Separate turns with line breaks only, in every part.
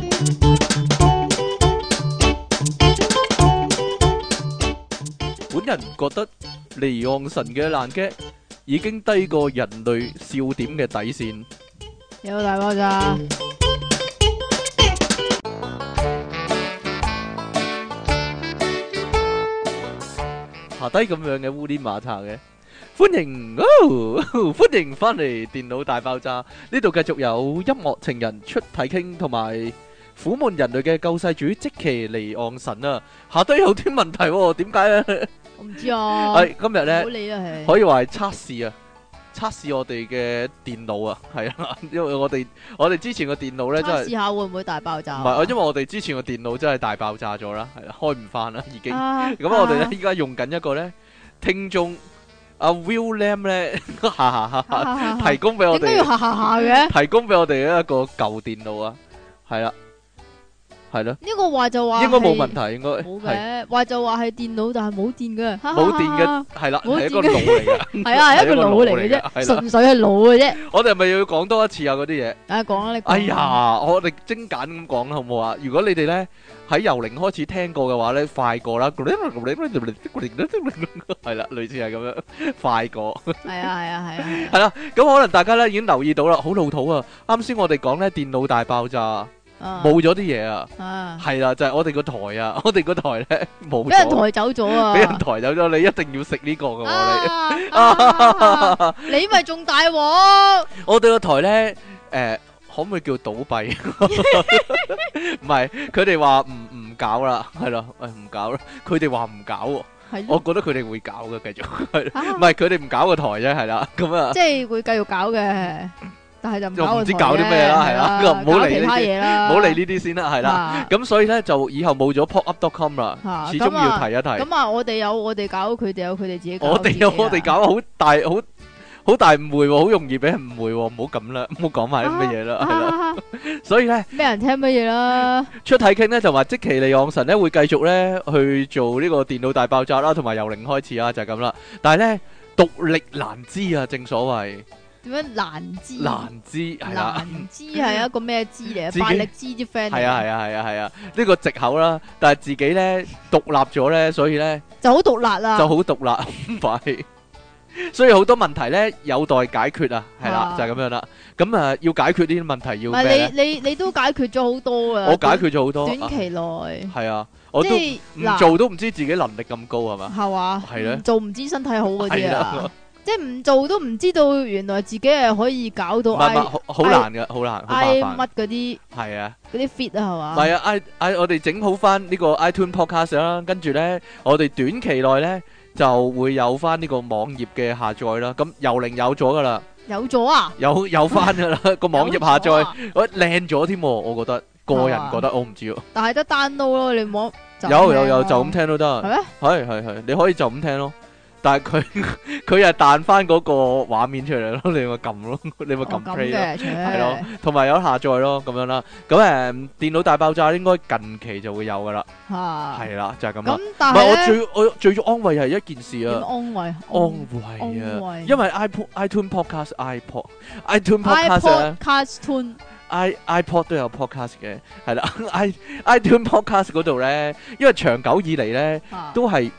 人覺得尼昂神嘅爛 gag 已經低過人類笑點嘅底線。
有大爆炸，
下低咁樣嘅烏哩馬茶嘅，歡迎哦，歡迎翻嚟電腦大爆炸呢度繼續有音樂情人出體傾同埋苦悶人類嘅救世主即其離岸神啊！下低有啲問題喎，點解咧？
我唔知啊，
係今日
唔
咧
好理啦佢。
可以話係測試啊，測試我哋嘅電腦啊，係啊，因為我哋我哋之前個電腦咧真係
測。試下會唔會大爆炸？
唔係，我因為我哋之前個電腦真係大爆炸咗啦，係啦，開唔翻啦，已經。
啊
咁我哋
啊
咧依家用緊一個咧聽眾阿 Will Lam 咧，哈哈哈
啊
哈，
啊啊
提供俾我
點解要
哋，
下下下嘅？
提供俾我哋一個舊電腦啊，係啦，係咯，
呢個話就話
應該冇
係
問題，應該
冇
係
嘅，話就話係電腦，但係冇電嘅，
冇電嘅，係啦，
啊冇
係一個
電嘅
腦嚟嘅。
係啊，係
係
一個
一個
腦嚟
腦
嘅
嚟嘅係
啫，
啦
純粹係腦嘅啫。
我哋係咪要講多一次啊？嗰啲嘢。
啊，講啦，你講
哎呀，我哋精簡咁講啦，好唔好啊？如果你哋咧喺由零開始聽過嘅話咧，快過啦， 係啦，類似係咁樣， 快過。
係啊，係啊，係啊係啊，
咁可能大家咧已經留意到啦，好老土啊！啱先我哋講咧電腦大爆炸，
啊
冇咗啲嘢啊，
啊，
係啦，就係我哋個台啊， 我哋個台咧冇
俾人
咗，
抬走咗啊！
俾人抬走咗，你一定要食呢個嘅喎，
啊啊啊你咪仲大鑊，
你我哋個台咧誒。可唔可以叫倒閉？唔係，佢哋話唔唔搞啦，係咯，誒唔搞啦。佢哋話唔搞喎，
係
我
咯，
覺得佢哋會搞嘅，繼續係啦。
啊
唔係佢哋唔搞個台啫，係啦，咁啊
即係會繼續搞嘅，但係就唔
又唔
個
知
台
搞啲咩啦
啫
係啦
係
唔好
搞
理
其
呢
他
啲
嘢啦，
唔好理呢啲先啦，係啦。
啊。
咁所以咧就以後冇咗 popup.com 啦，
啊
始終
咁啊
要提一提。
咁啊，我哋有我哋搞，佢哋有佢哋自己搞。
我哋有 我哋，搞好大好好大誤會喎，好容易俾人誤會喎，唔好咁啦，唔好講埋啲咁嘅嘢啦，係啦。
啦，
所以咧
咩人聽乜 嘢啦？
出體傾咧就話即其利昂神咧會繼續咧去做呢個電腦大爆炸啦，同埋由零開始啊，就係咁啦。但係咧獨力難支啊，正所謂
點樣難知？
難支係啦。
難知係一個咩知嚟
自
啊？
己
百力知啲 friend 嚟
係啊係啊係啊係啊，呢個藉口啦，但係自己咧獨立咗咧，所以咧。
就好獨立啦。
就好獨 立，唔係。所以好多問題咧有待解決啊，係啦
啊，
就係咁樣啦。咁啊，要解決呢啲問題要
唔
咩
係
咧？
你你你都解決咗好多啊！
我解決咗好多，
短短
啊
期內，
係啊，我
即
都
係
唔
嗱
做都唔知自己能力咁高係嘛？
係嘛？
啊係咧
唔做唔知身體好嗰啲
係
啊
啦，，
即係唔做都唔知道原來自己係可以搞到
唔係唔係
I
好好難嘅，好難，
I
好麻
乜嗰啲
煩，係啊。
嗰啲 fit 啊係
唔
嘛？
係啊，i i 我哋整好翻呢個 iTune Podcast 啦，跟住咧，我哋短期內咧就會有翻呢個網頁嘅下載啦。咁由零有咗噶啦，
有咗啊！
有有翻噶啦個網頁下
有咗
載。
啊
喂，靚咗添喎，我覺得個人
係嘛
覺得我唔知喎，
但係得 download 咯，你冇就咁
有
聽
有有
咯
就咁聽都
係
得，
咩？
係係係，你可以就咁聽咯。但 係佢佢又彈翻嗰個畫面出嚟咯，你咪撳 咯，你咪
哦
撳
咁
play 咯，
嘅，切
係咯，同埋有得下載咯，咁樣啦。咁誒，電腦大爆炸應該近期就會有噶啦，
嚇。
係啦，就係啊咁啦。
咁
唔
但
係我
係咧，
最我最最安慰係一件事
點
啊，
安慰？
安慰啊，
安慰
因為 iPod iTune Podcast iPod iTune Podcast 咧
iPod。Cartoon
i iPod 都有 podcast 嘅，係啦 i iTune podcast 嗰度咧，因為長久以嚟咧
啊
都係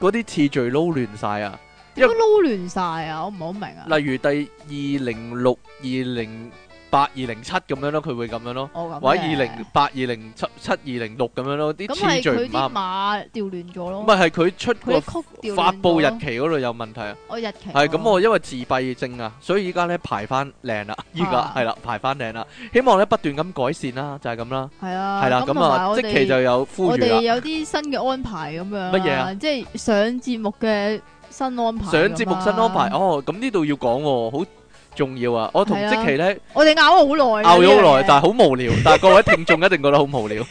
嗰啲次序撈亂晒啊。
點解撈亂晒啊？我唔係好明啊。
例如第二零六、二零八、二零七咁樣咯，佢會咁樣咯，
我哦咁嘅
或者二零八、二零七、七、二零六咁樣咯，啲
咁
次
係
序
佢
唔
啲
啱。
馬調亂咗咯。
唔係係佢出
佢
個
啲曲調亂咗
發布日期嗰度有問題啊。
我日期哦
係咁，我因為自閉症啊，所以依家咧排翻靚啦，依家
啊
係啦排翻靚啦，希望咧不斷咁改善啦，就係咁啦。
係啊，
係啦，
同
咁
埋
啊，
我
即
哋
期就有呼
我
籲
哋
啦。
有啲新嘅安排咁樣
乜嘢啊
即係上節目嘅新安排。啊
上節目新安排，，哦，咁呢度要講喎，好重要啊！我同
係啊
即期咧
我哋拗咗好耐啊，
拗咗好
呢樣
耐，
嘢
但係好無 聊，但係各位聽眾一定覺得好無聊，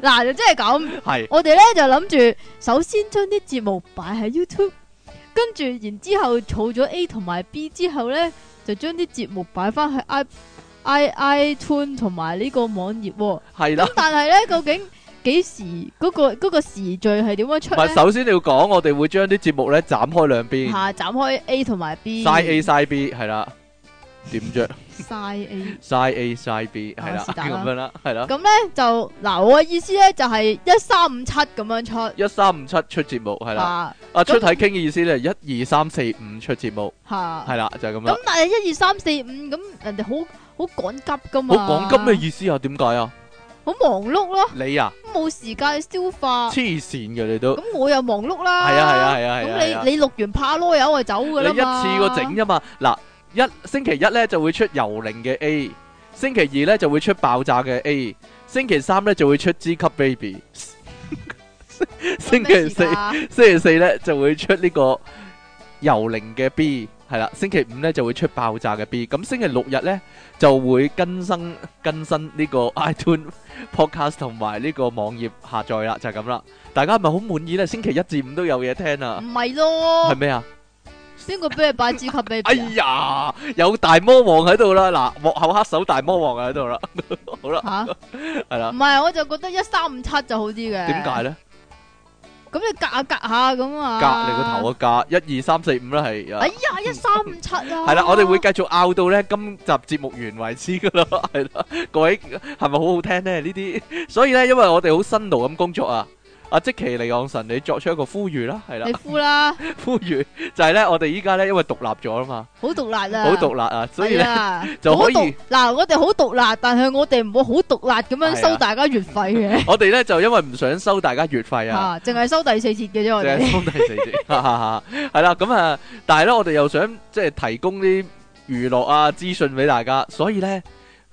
嗱就真係咁。
係
我哋咧就諗住首先將啲節目擺喺 YouTube，跟住然之後儲咗 A 同埋 B 之後咧，就將啲節目擺翻去 i i iTune 同埋呢個網頁喎、
係啦
咁。但係咧，究竟幾時嗰、個嗰、個時序係點樣出
唔係，
咧？
首先你要講，我哋會將啲節目咧斬開兩邊，
下斬開 A 同埋 B，
晒 A 晒 B 係啦，點啫？
晒 A。
晒 A 晒 B
啊
係啦，
是但
咁
啦
樣啦，係啦，
咁咧就嗱，我嘅意思咧就係一三五七咁樣出，
一三五七出節目係啦。
吓
阿出
咁
體傾嘅意思咧，一二三四五出節目
吓。
係啦，就係咁啦
啊
啊
咁。但係一二三四五咁，人哋好好趕急
好
噶嘛。
講金嘅意思啊？點解啊？
好忙碌咯，
你啊，
冇時間消化。
黐線嘅你都
啊咁我又忙碌啦。
係啊係啊係啊係啊係啊
咁你你錄完怕啰柚就走噶啦
你一
嘛。
次過整啫嘛。嗱，一星期一咧就會出遊靈嘅 A，星期二咧就會出爆炸嘅 A，星期三咧就會出支級 baby，星期四
咩事啊㗎
星期四咧就會出呢個遊靈嘅 B，係啦，星期五咧就會出爆炸嘅 B，咁星期六日咧就會更新更新呢個 iTune Podcast 同埋呢個網頁下載啦，就係咁啦。大家係咪好滿意咧？星期一至五都有嘢聽啊
唔，係咯
係？咩啊？
邊個俾你擺指級俾啊
哎
你
呀，有大魔王喺度啦，嗱，幕後黑手大魔王喺度啦，好啦，
啊？
係
吓，
啦
唔，係我就覺得一三五七就好啲嘅。
點解？咧？
咁你隔下隔下咁啊？
隔你個頭啊，隔一二三四五啦，係啊
哎。呀，一三五七啊！
系啦，我哋會繼續拗到咧今集節目完為止噶啦，係啦， 各位係咪好好聽呢？呢啲，所以咧，因為我哋好辛勞咁工作啊，阿即其尼昂神，你作出一個呼籲啦，係啦
你，敷啦，
呼籲就係咧，我哋依家咧因為獨立咗啦嘛，
好毒辣啊！
好獨立啊，所以
係
咧
啊
就可以
好毒嗱，我哋好毒辣，但係我哋唔會好毒辣咁
係啊
樣收大家月費嘅，
我哋咧就因為唔想收大家月費啊。
吓，淨係收第四節嘅啫，我
即係
哋
通第四節， 係啦，咁啊，但係呢，我哋又想即係提供啲娛樂啊、資訊俾大家，所以呢，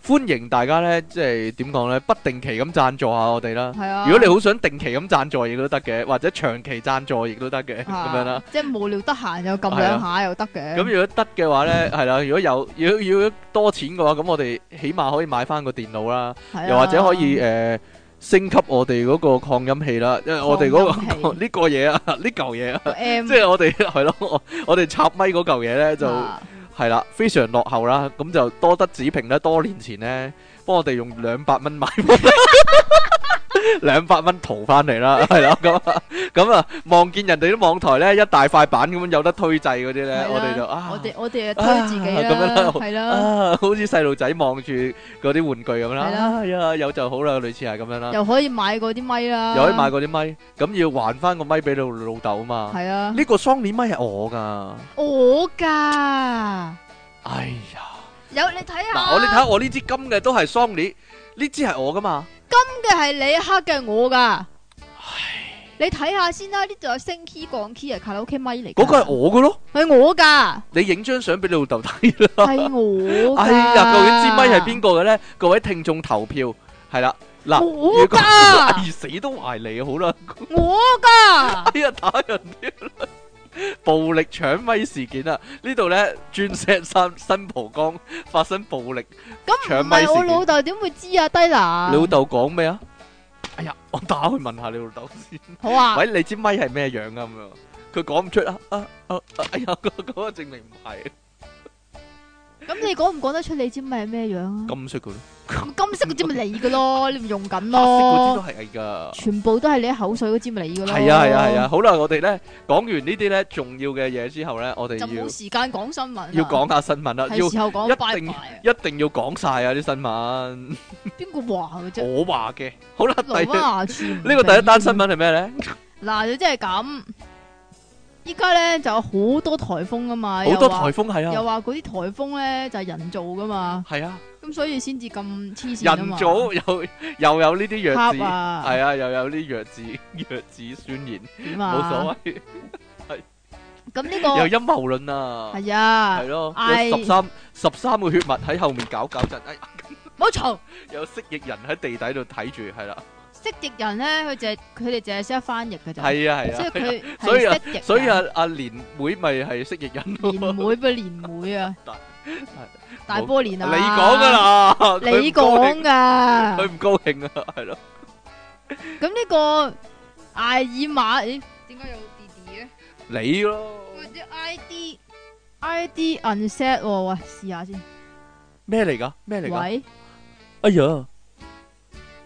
歡迎大家呢，即係點講呢，不定期咁贊助下我哋啦。
係啊。
如果你好想定期咁贊助亦都得嘅，或者長期贊助亦都得嘅，
嚇
咁樣啦。，
即係無聊得閒又撳兩下又得嘅。
啊咁如果得嘅話呢，係啦，如果有-如果-如果多錢嘅話，咁我哋起碼可以買返個電腦啦，
係啊
又或者可以，呃，升級我哋嗰個擴音器啦，因為我哋嗰個-
擴音器。
呢個嘢啊，呢嚿嘢啊，
個 M，
即係我哋係咯，我我哋插咪嗰嚿嘢咧就
嚇
係啦，非常落後啦，咁就多得子平咧，多年前咧幫我哋用兩百蚊買返， 兩百蚊淘翻嚟啦，係啦，咁啊咁啊，望見人哋啲網台咧一大塊板咁樣有得推掣嗰啲
係
咧
啦，
我哋就啊，
我哋我哋就推自己
啊咁樣啦
啦，係啦，
啊，好似細路仔望住嗰啲玩具咁啦，
係啦
哎呀有就好啦，類似係咁樣啦，
又可以買嗰啲咪啦，
又可以買嗰啲咪，咁要還翻個咪俾你老豆啊嘛，
係啊，
呢個 Sony 咪係我㗎。
我㗎
哎呀，
有你睇下，
嗱，我你睇下我呢支金嘅都係 Sony，呢支係我噶嘛？
嘅係你，黑嘅係我噶。你睇下先啦，呢度有升 key 降 key 啊係卡拉 OK 咪嚟㗎。
嗰個係我嘅咯，
係我噶，
你影張相俾你老豆睇啦。
係我㗎。
哎呀，究竟支咪係邊個嘅咧？各位聽眾投票係啦，嗱，
我
果
㗎，
哎死都埋你好啦，
我㗎，
哎呀打人啲啦，暴力搶咪事件啊！呢度咧鑽石山 新蒲崗發生暴力，
咁
搶
唔
咪事
係
件
我老豆點會知啊？低拿，
你老豆講咩啊？哎呀，我打去問下你老豆先。
好啊，
喂，你支咪係咩樣啊？咁樣佢講唔出啊啊啊！啊哎呀，嗰嗰個證明唔係
咁你講唔講得出你支咪係咩樣啊？
金色嗰啲，
咁金色嗰支咪你嘅 咯，你唔用緊
白色嗰啲都
咯，
係噶。
全部都係你口水嗰支咪你嘅咯。
係啊係啊係啊！，好啦，我哋咧講完呢啲咧重要嘅嘢之後咧，我哋
就冇
要
時間講新聞啦。
要講下新聞啦，
啊係時
要
候
一
講拜
定
拜啊。
一定要講晒啊啲新聞。
邊個話嘅啫？
我話嘅，好啦，第
羅
呢
馬牙柱啊唔啊
個第一單
俾
新聞係咩咧？
嗱，就即係咁。依家咧就有好多颱風啊嘛，
好多
台
颱風係
又
啊，
話嗰啲颱風咧就係人造噶嘛，
係啊，
咁所以先至咁黐線啊
人
嘛。
造又又有呢啲弱智，係
黑啊，
啊，又有呢弱智 弱智宣言，
點
冇
啊？
所謂，
咁 呢
又
個
陰謀論啊。
係啊
係，咯，
唉
有十三十三個血脈喺後面搞搞震，哎，
冇嘈。
有蜥蜴人喺地底度睇住，係啦，
蜥蜴人咧，佢就係佢哋淨係識得翻譯嘅咋，
係啊
即係
係啊，
佢
所以啊
係蜥蜴人
所以啊 阿蓮妹咪係蜥蜴人
連
咯，
妹不連妹啊
大，
大波連
你
啊，
講噶，啦，
你
佢唔高興
講噶
佢。唔高興啊，係咯，
咁呢個艾爾馬，咦？點解有弟弟咧？
你咯，
佢啲 ID ID unset 喎，喂，試下先。
咩嚟噶？咩嚟噶？
喂，
哎呀，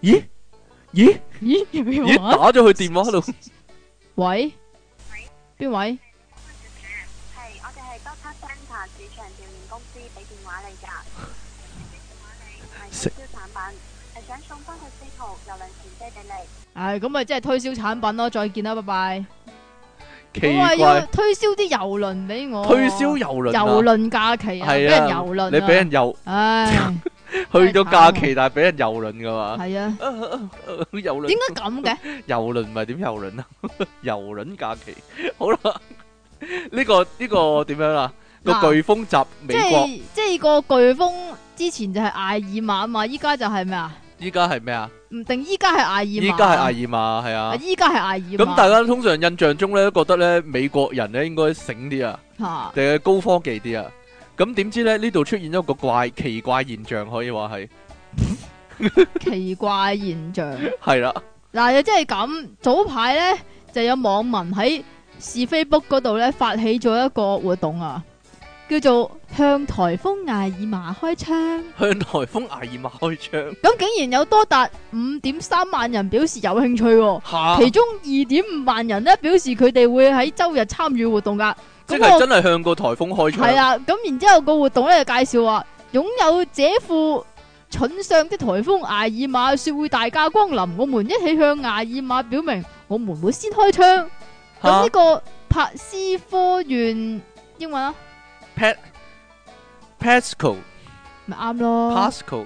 咦 咦
咦？有邊
咦，
位？
打咗佢電 話度，
喂，邊位？
係，我哋係 Dota Center 市場調研公司俾電話你嘅。
食
推銷產品，係想送翻去飛圖郵輪前車俾你。
唉，咁咪即係推銷產品咯，再見啦，拜拜。
奇
我話要
怪，
推銷啲郵輪俾我，
推銷遊輪
郵
啊，
輪假期啊，俾
係
人
啊
郵輪啊，
你俾人遊
唉，
去咗假
真
期，但係俾人遊輪噶嘛？
係啊，
遊輪
點解咁嘅？
游轮咪點游輪啊？ 游輪假期好啦，呢、個呢、個點樣啦？個
嗱
颶風襲
即
美國，
係即係個颶風之前就係艾爾瑪啊嘛，依家就係咩啊？
依家係咩啊？
唔定依家係艾爾瑪，
依家係艾爾瑪係啊
啊，。依家係艾爾瑪。
咁大家通常印象中咧，覺得咧美國人咧應該醒啲啊，
吓
定係高科技啲啊。咁點知咧呢度出現咗個怪奇怪現象，可以話係
奇怪現象。
係啦，
嗱，又即係咁，早排咧就有網民喺是非 book 嗰度咧發起咗一個活動啊，叫做向颱風艾爾瑪開槍。
向颱風艾爾瑪開 槍
咁竟然有多達五點三萬人表示有興趣、喎，
嚇，
其中二點五萬人咧表示佢哋會喺周日參與活動噶。
即
咁
係
我
真係啊向個颱風開槍。
係啊啦，咁然之後個活動咧就介紹話，擁有這副蠢相的颱風艾爾瑪，說會大駕光臨，我們一起向艾爾瑪表明，我們會先開槍。咁
嚇
呢個帕斯科縣英文啊，
Pat Pascal
咪啱咯，
Pascal，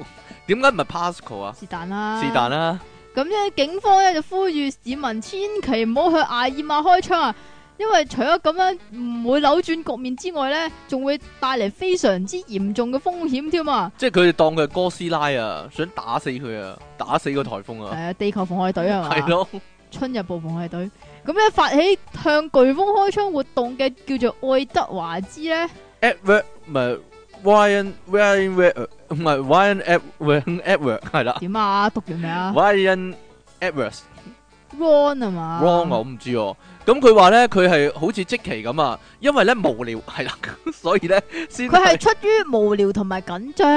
點解唔係 Pascal 啊？
啊是但啦，
是但。啦，
咁咧，警方咧就呼籲市民千祈唔好向艾爾瑪開槍啊，因為除咗咁樣唔會扭轉局面之外咧，仲會帶嚟非常之嚴重嘅風險添啊！
即係佢哋當佢係哥斯拉啊，想打死佢啊，打死個颱風
係
啊，
啊，地球防衛隊 啊
係
嘛，
咯，
春日部防衛隊。咁咧發起向颶風開槍活動嘅叫做愛德華茲咧，
Edward 唔係 Ryan Ryan Red 唔係 Ryan Edward Edward 係啦
點啊？讀完未啊
，Ryan Edwards
？Ron 啊嘛
wrong 我唔知喎。咁佢話咧，佢係好似即期咁啊，因為咧無聊係啦， 所以咧先
佢係出於無聊同埋緊張，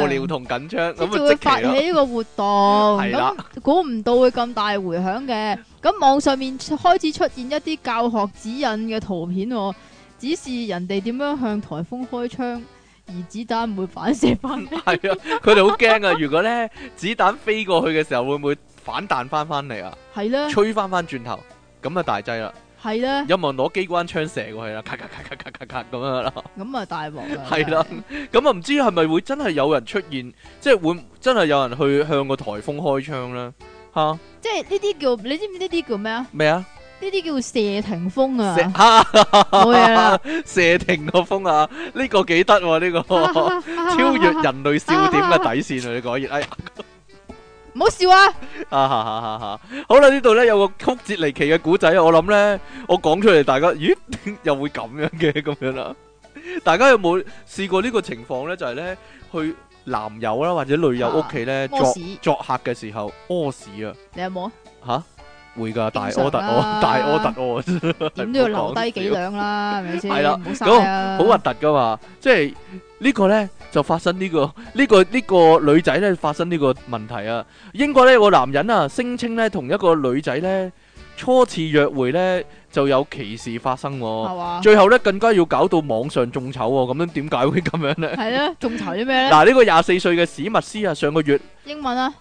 無聊同緊張
先至
咁
會
啊
發
即期咯，
起呢個活動，
係啦
咁估唔到會咁大迴響嘅。咁網上面開始出現一啲教學指引嘅圖片、喎，指示人哋點樣向颱風開槍，而子彈會反射翻 嚟。
係啊，佢哋好驚啊！如果咧子彈飛過去嘅時候，會唔會反彈翻翻嚟啊？
係啦，
吹翻翻轉頭，咁啊大劑啦！
係啦，
有冇人攞機關槍射過去啦？咔咔咔咔咔咔咔咁樣啦，
咁啊大鑊啦。
係啦。咁啊唔知係咪會真係有人出現，即係會真係有人去向個颱風開槍咧？吓
即係呢啲叫你知唔知呢啲叫咩啊？
咩啊？
呢啲叫射霆風
射
啊！
哈
冇嘢啦，
射停個風啊！呢個幾得喎，呢個
啊
超越人類笑點嘅底線啊！你講嘢，哎呀
唔好笑啊！
啊哈哈哈哈！好啦，呢度咧有個曲折離奇嘅古仔，我諗咧我講出嚟，大家咦 又會咁樣嘅咁樣啦。大家有冇試過呢個情況咧？就係咧去男友啦或者女友屋企咧
啊
作
屙屎
作客嘅時候屙屎啊
你有冇啊？
吓會㗎，大
經
屙
常
特
啦
屙， 大屙特屙，
點都要
唔好
留
講
低幾
笑
兩啦，係咪先？
係啦
唔好嘥啊！
好核突噶嘛！即係呢個咧就發生呢、個 呢、個呢、個女仔咧發生呢個問題啊！英國呢有個男人啊，聲稱咧同一個女仔咧初次約會咧就有歧視發生、喎，
係嘛？
最後咧更加要搞到網上眾籌喎、咁樣點解會咁樣 咧？
係啦，眾籌啲咩咧？
嗱，呢個廿四歲嘅史密斯啊，上個月
英文啊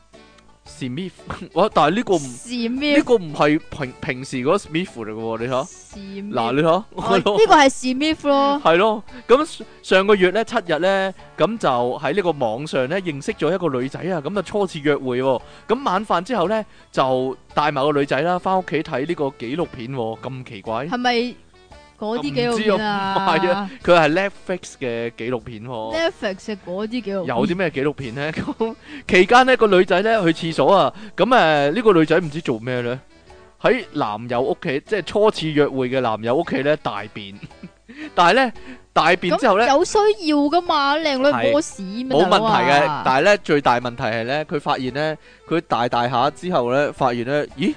，Smith，哇！但係呢個唔
是
呢
咩？
個唔係平平時嗰個 Smith 嚟嘅喎，你睇下，
是咩
嗱你睇下，
哦呢個係是 m i t 咯，
系咯，咁上上個月咧七日咧，咁就喺呢個網上咧認識咗一個女仔啊，咁啊初次約會喎，咁晚飯之後咧就帶埋個女仔啦，翻屋企睇呢個紀錄片喎，咁奇怪，
係咪嗰啲紀錄片啊？
唔知啊佢係 Netflix 嘅紀錄片喎，
Netflix 嘅嗰啲紀錄片
有啲咩紀錄片咧？ 咁期間呢個女仔咧去廁所啊，咁誒呢個女仔唔知做咩咧，喺男友屋企，即係初次約會嘅男友屋企咧大便， 但係咧大便之後咧
咁。有需要噶嘛？靚女唔
係
屙屎咩？
冇問
大佬啊
題嘅，但係咧最大問題係咧，佢發現咧，佢大大下之後咧，發現咧，咦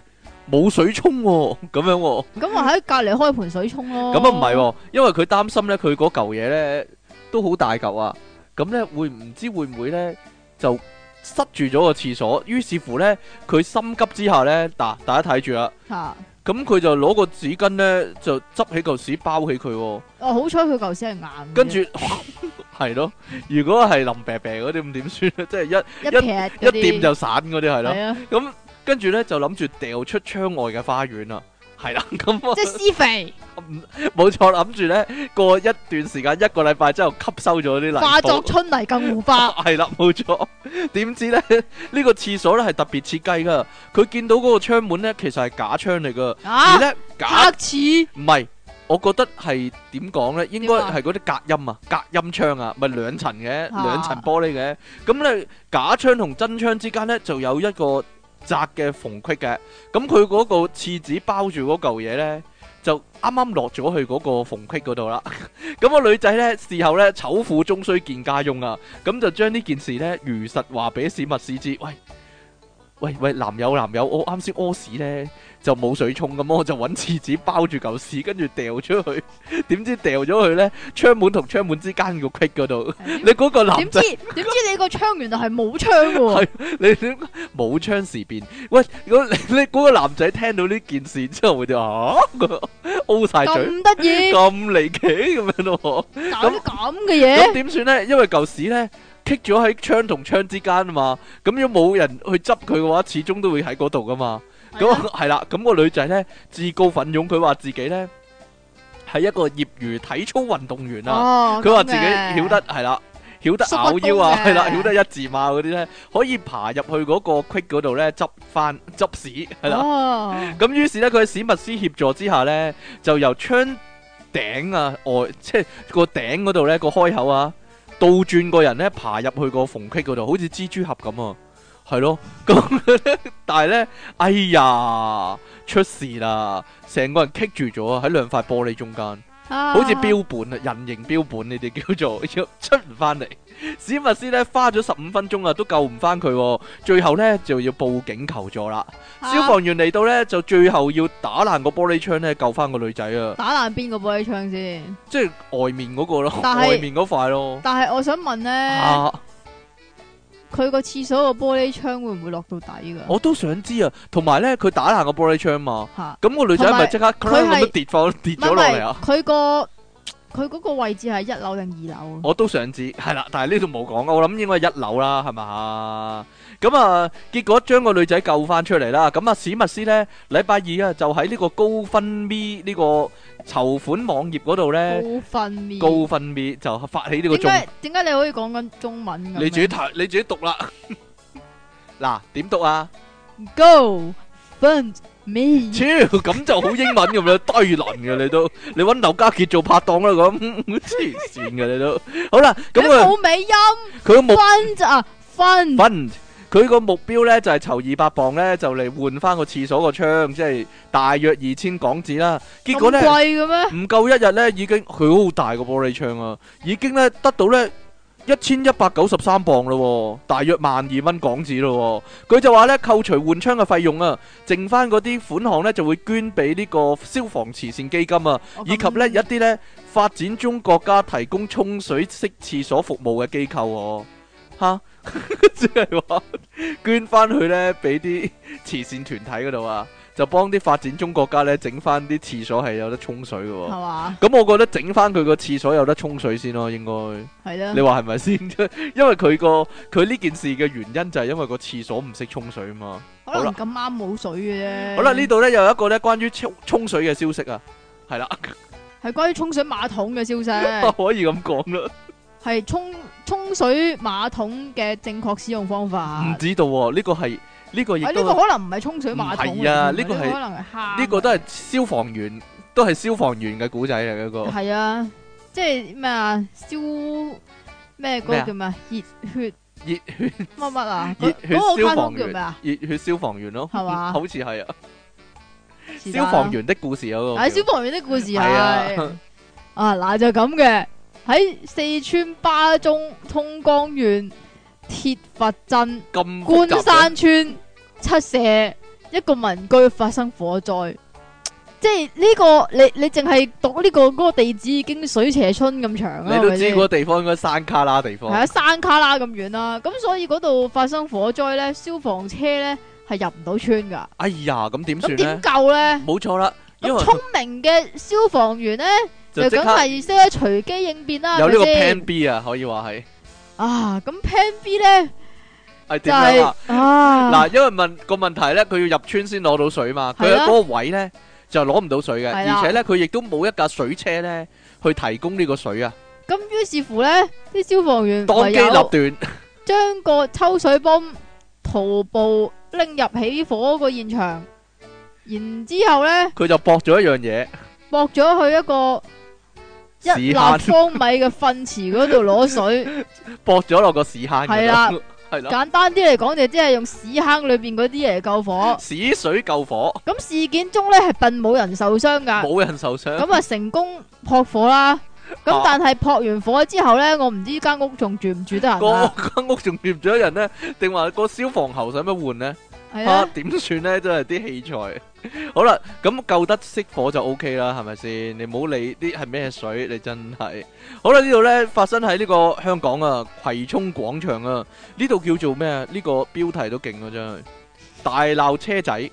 冇水沖喎， 咁樣喎，
咁咪喺隔離開盆水沖咯。
咁啊唔係喎，因為佢擔心咧，佢嗰嚿嘢咧都好大嚿啊，咁咧會唔知會唔會咧就塞住咗個廁所，於是乎咧佢心急之下咧，嗱大家睇住啦，啊
嚇
咁佢就攞個紙巾咧，就執起嚿屎包起佢、喎。
哦，好彩佢嚿屎係硬嘅啫，
跟住 係咯，如果係淋病病嗰啲咁點算咧？即係一
一劈
一掂就散嗰啲係咯。
係啊，
咁跟住咧就諗住掉出窗外嘅花園啦，係 啦，咁啊
即係施 肥
冇錯，諗住咧過一段時間一個禮拜之後吸收咗啲泥
化
土
作啊春泥 更護花，
係啦，冇錯。點知咧呢 個廁所咧係特別設計噶，佢見到嗰個窗門咧其實係假窗嚟噶，而
啊
咧假
黑似
唔係，我覺得係點講咧？應該
點啊
係嗰啲隔音啊，隔音窗啊，咪兩層嘅，
啊
兩層玻璃嘅。咁咧假窗同真窗之間咧就有一個窄嘅縫隙嘅。咁佢嗰個廁紙包住嗰嚿嘢咧，就啱啱落咗去嗰個縫隙嗰度啦。咁個女仔咧事後咧醜婦終須見家用啊，咁就將呢件事咧如實話俾史密斯知，喂。喂喂，男友男友，我啱先屙屎咧就冇水沖咁，我就揾廁紙包住嚿屎，跟住掉出去。 點知掉咗去咧窗門同窗門之間個隙嗰度，
係
你嗰個男
點
仔
知點知你個窗原來係冇窗 嘅喎，
你點冇窗事變？喂，如果你你嗰個男仔聽到呢件事之後，會就啊 咁 O 晒嘴，
咁得 意，
咁離奇咁樣咯。
搞啲咁嘅
咁
嘢，
點算咧？因為嚿屎咧棘咗喺窗同窗之間啊嘛，咁如果冇人去執佢嘅話，始終都會喺嗰度噶嘛。
係啊
咁係啦，咁個女仔咧自告奮勇，佢話自己咧係一個業餘體操運動員啊。
哦，
佢話
咁
自己
嘅
曉得係啦，曉得
縮骨
咬腰啊，
功嘅
係啦，曉得一字馬嗰啲咧，可以爬入去嗰個隙嗰度咧執翻執屎係啦。
哦
咁於是咧，佢喺史密斯協助之下咧，就由窗頂啊外，即係個頂嗰度咧個開口啊，倒轉個人咧爬入去個縫隙嗰度，好似蜘蛛俠咁啊，係咯。咁 但係咧，哎呀，出事啦！成個人棘住咗啊，喺兩塊玻璃中間。好似標本啊，人形標本你哋叫做出唔翻嚟。史密斯咧花咗十五分鐘啊，都救唔翻佢喎，最後咧就要報警求助啦。
啊
消防員嚟到咧，就最後要打爛個玻璃窗咧，救翻個女仔啊！
打爛邊個玻璃窗先？
即係外面嗰個咯，
但係
外面嗰塊咯。
但係我想問咧，
啊，
佢個廁所個玻璃窗會唔會落到底㗎？
我都想知啊。同埋咧，佢打爛個玻璃窗嘛，
吓，
咁個女仔
同埋
咪即刻
佢係
咁樣跌放跌
唔係
咗
唔
落嚟啊！
係，佢個佢嗰個位置係一樓定二樓？啊
我都想知，係啦，但係呢度冇講啊，我諗應該係一樓啦，係嘛？咁啊，結果將個女仔救翻出嚟啦。咁啊，史密斯呢，禮拜二啊，就喺呢個高分咪呢個籌款網頁嗰度呢，
高分面。
高分咪就發起呢個
點
中，
解點解你可以講緊中文㗎？
你自己睇，你自己讀啦。 嗱，點讀啊？
Go fund me。
超咁就好英文咁樣低能嘅你都，你揾劉家傑做拍檔啦咁，黐線嘅你都。好啦，
你
咁啊，
冇尾音
佢個目
fund 啊 fund。
fund，佢個目標呢就係籌二百磅呢，就嚟換翻個廁所個窗，即係大約二千港紙啦。結果呢，
咁貴嘅咩？
唔夠一日呢，已經佢好大個玻璃窗啊，已經呢得到呢一千一百九十三磅咯喎，大約萬二蚊港紙咯喎。佢就話呢，扣除換窗嘅費用啊，剩翻嗰啲款項呢，就會捐俾呢個消防慈善基金啊。
我哦咁
以及咧一啲咧發展中國家提供沖水式廁所服務嘅機構喎、吓， 即係話捐翻去咧俾啲慈善團體嗰度啊，就幫啲發展中國家咧整翻啲廁所係有得沖水嘅喎、
係嘛？
咁我覺得整翻佢個廁所有得沖水先咯，應該
係啦
你。話係咪先？ 因為佢個佢呢件事嘅原因就係因為個廁所唔識沖水啊嘛。
可
好啦
能咁啱冇水嘅啫。
好啦，呢度咧有一個咧關於沖沖水嘅消息啊，係啦，
係關於沖水馬桶嘅 消息，
可以咁講啦。
係沖沖水馬桶嘅正確使用方法。
唔知道喎，呢個係呢個亦
啊，呢
都
個可能唔係沖水馬桶
唔係啊呢個
個
係
可能係蝦。
呢個都係消防員，都係消防員嘅古仔嚟嗰個。
係啊，即係咩啊？燒
咩
咩嗰個
啊
叫咩啊？熱血
熱血
乜乜啊？
熱
嗰
血
嗰個
消
卡
防
通叫
員
咩啊？，
熱血消防員咯，
係嘛
好似係啊，
是
消
但啦
防員的故事嗰個叫。
喺消防員的故事
係
係
啊
啊，嗱就咁嘅喺四川巴中通江縣鐵佛鎮
咁
官
複雜嘅
山村七社一個民居發生火災，即係呢、個你你淨係讀呢、個嗰、個地址已經水斜春咁長啦，
你都知
係咪
嗰個
先
地方應該山卡拉地
係
方，
啊山卡拉咁遠啦，咁所以嗰度發生火災咧，消防車咧係入唔到村㗎。
哎呀，咁點算
咁
咧
點？救咧？
冇錯啦，因為
咁聰明嘅消防員咧，就
就即
梗
刻
係識得隨機應變啦，
有呢
係
個
咪先
Plan B 啊，可以話係
啊，咁 Plan B 咧
係
就
點樣
係
啊？
啊，
嗱，因為問個問題咧，佢要入村先攞到水嘛，佢
係
喺嗰
啦
個位咧就攞唔到水嘅，
係啦
而且咧佢亦都冇一架水車咧去提供呢個水啊，
咁於是乎咧，啲消防員
當
唯
機
有
立斷。
將個抽水泵徒步拎入起火個現場，然之後咧
佢就駁咗一樣嘢，
駁咗去一個一
屎
立方
坑
米嘅糞池嗰度攞水。
駁咗落個屎坑
係
嗰
啦
度， 係啦，
簡單啲嚟講，就即係用屎坑裏邊嗰啲嘢嚟救火。
屎水救火，
咁事件中咧係並冇人受傷㗎。
冇人受傷，
咁啊成功撲火啦。咁
啊
但係撲完火之後咧，我唔知間屋仲住唔住得人啊
個
啦。
間屋仲貼咗人咧，定話個消防喉使乜換咧？
係
啊
啊，，
點算咧？真係啲器材。好啦，咁救得熄火就 O K 啦，係咪先？你唔好理啲係咩水，你真係。好啦，呢度咧發生喺呢個香港啊葵涌廣場啊，呢度叫做咩啊？呢個標題都勁啊，真係大鬧車仔，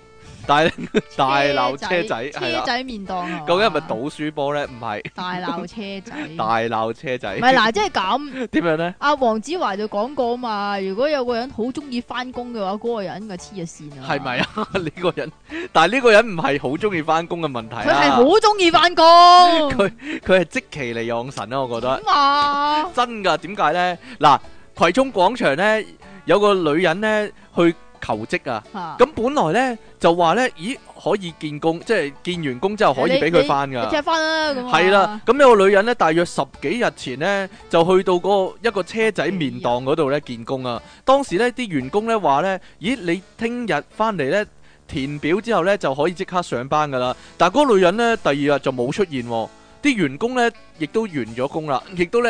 大啊大鬧車仔係
車
啦。
仔面檔啊！
究竟係咪賭輸波咧？唔係，
大鬧車仔？唔
大鬧車仔。
係嗱，即係咁。
點樣咧？
阿黃子華就講過啊嘛，如果有個人好中意翻工嘅話，嗰、個人嘅黐咗線啊！
係 咪？啊？呢個人，但係呢個人唔係好中意翻工嘅問題
佢係
啦。
好中意翻工。
啊佢佢係即其嚟養神啦，我覺得。
咁啊，
真噶，點解呢？嗱，葵涌廣場呢，有個女人呢去求職啊，
咁
咁本來呢，就話呢，咦可以見工，即係見完工之後可以俾佢翻
啊
噶。
你踢翻啦咁啊。
係啦，咁有個女人呢，大約十幾日前呢，就去到嗰個一個車仔麵檔嗰度呢見工啊。當時呢啲員工呢話呢，咦你聽日翻嚟呢，填表之後呢，就可以即刻上班噶啦。但係嗰個女人呢，第二日就冇出現喎。啲員工呢，亦都完咗工啦， 亦都呢。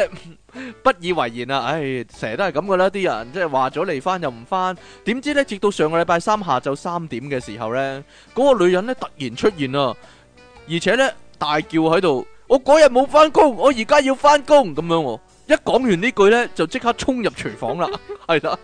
不以為然啊！唉，成日都係咁噶啦，啲人即係話咗嚟翻又唔翻，點知呢？直到上個禮拜三下晝三點嘅時候呢，嗰、個女人呢突然出現啊，而且呢，大叫喺度：我嗰日冇翻工，我而家要翻工咁樣喎、一講完呢句呢，就即刻衝入廚房啦，係啦。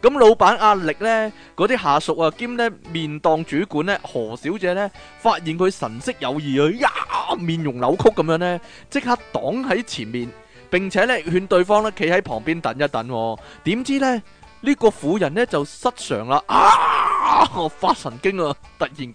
咁老闆壓力呢，嗰啲下屬啊，兼呢面檔主管呢，何小姐呢，發現佢神色有異啊，呀，面容扭曲咁樣呢，即刻擋喺前面。並且咧勸對方咧企喺旁邊等一等、喎。點知咧呢、呢個婦人咧就失常啦！啊，我發神經啊！突然間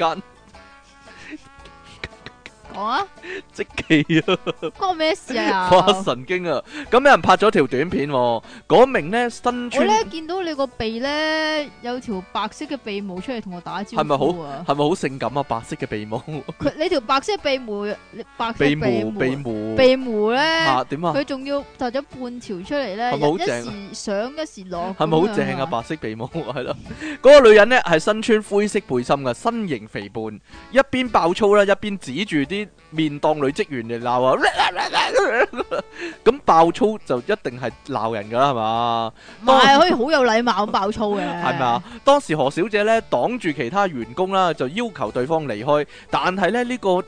講啊，
即氣啊！
關我咩事啊？
發神經啊！咁有人拍咗條短片、喎，嗰名咧身
我
穿
咧見到你個鼻咧有條白色嘅鼻毛出嚟同我打招呼啊！
係咪好係咪好性感啊？白色嘅鼻毛、
佢你條白色鼻毛，你白色
鼻
鼻啊
毛、鼻毛
鼻毛咧，
嚇點啊？
佢仲要突咗半條出嚟
係咪好
咧，
正啊
一時上一時落，
係咪好正啊？
咁樣？
白色鼻毛 係咯，嗰個女人呢係身穿灰色背心嘅，身形肥胖，一邊爆粗啦，一邊指住啲面檔女職員嚟鬧啊！ 咁爆粗就一定係鬧人噶啦，係嘛？
唔係啊可以好有禮貌咁爆粗嘅，
係咪啊？？當時何小姐咧擋住其他員工啦，就要求對方離開。但係咧呢、呢個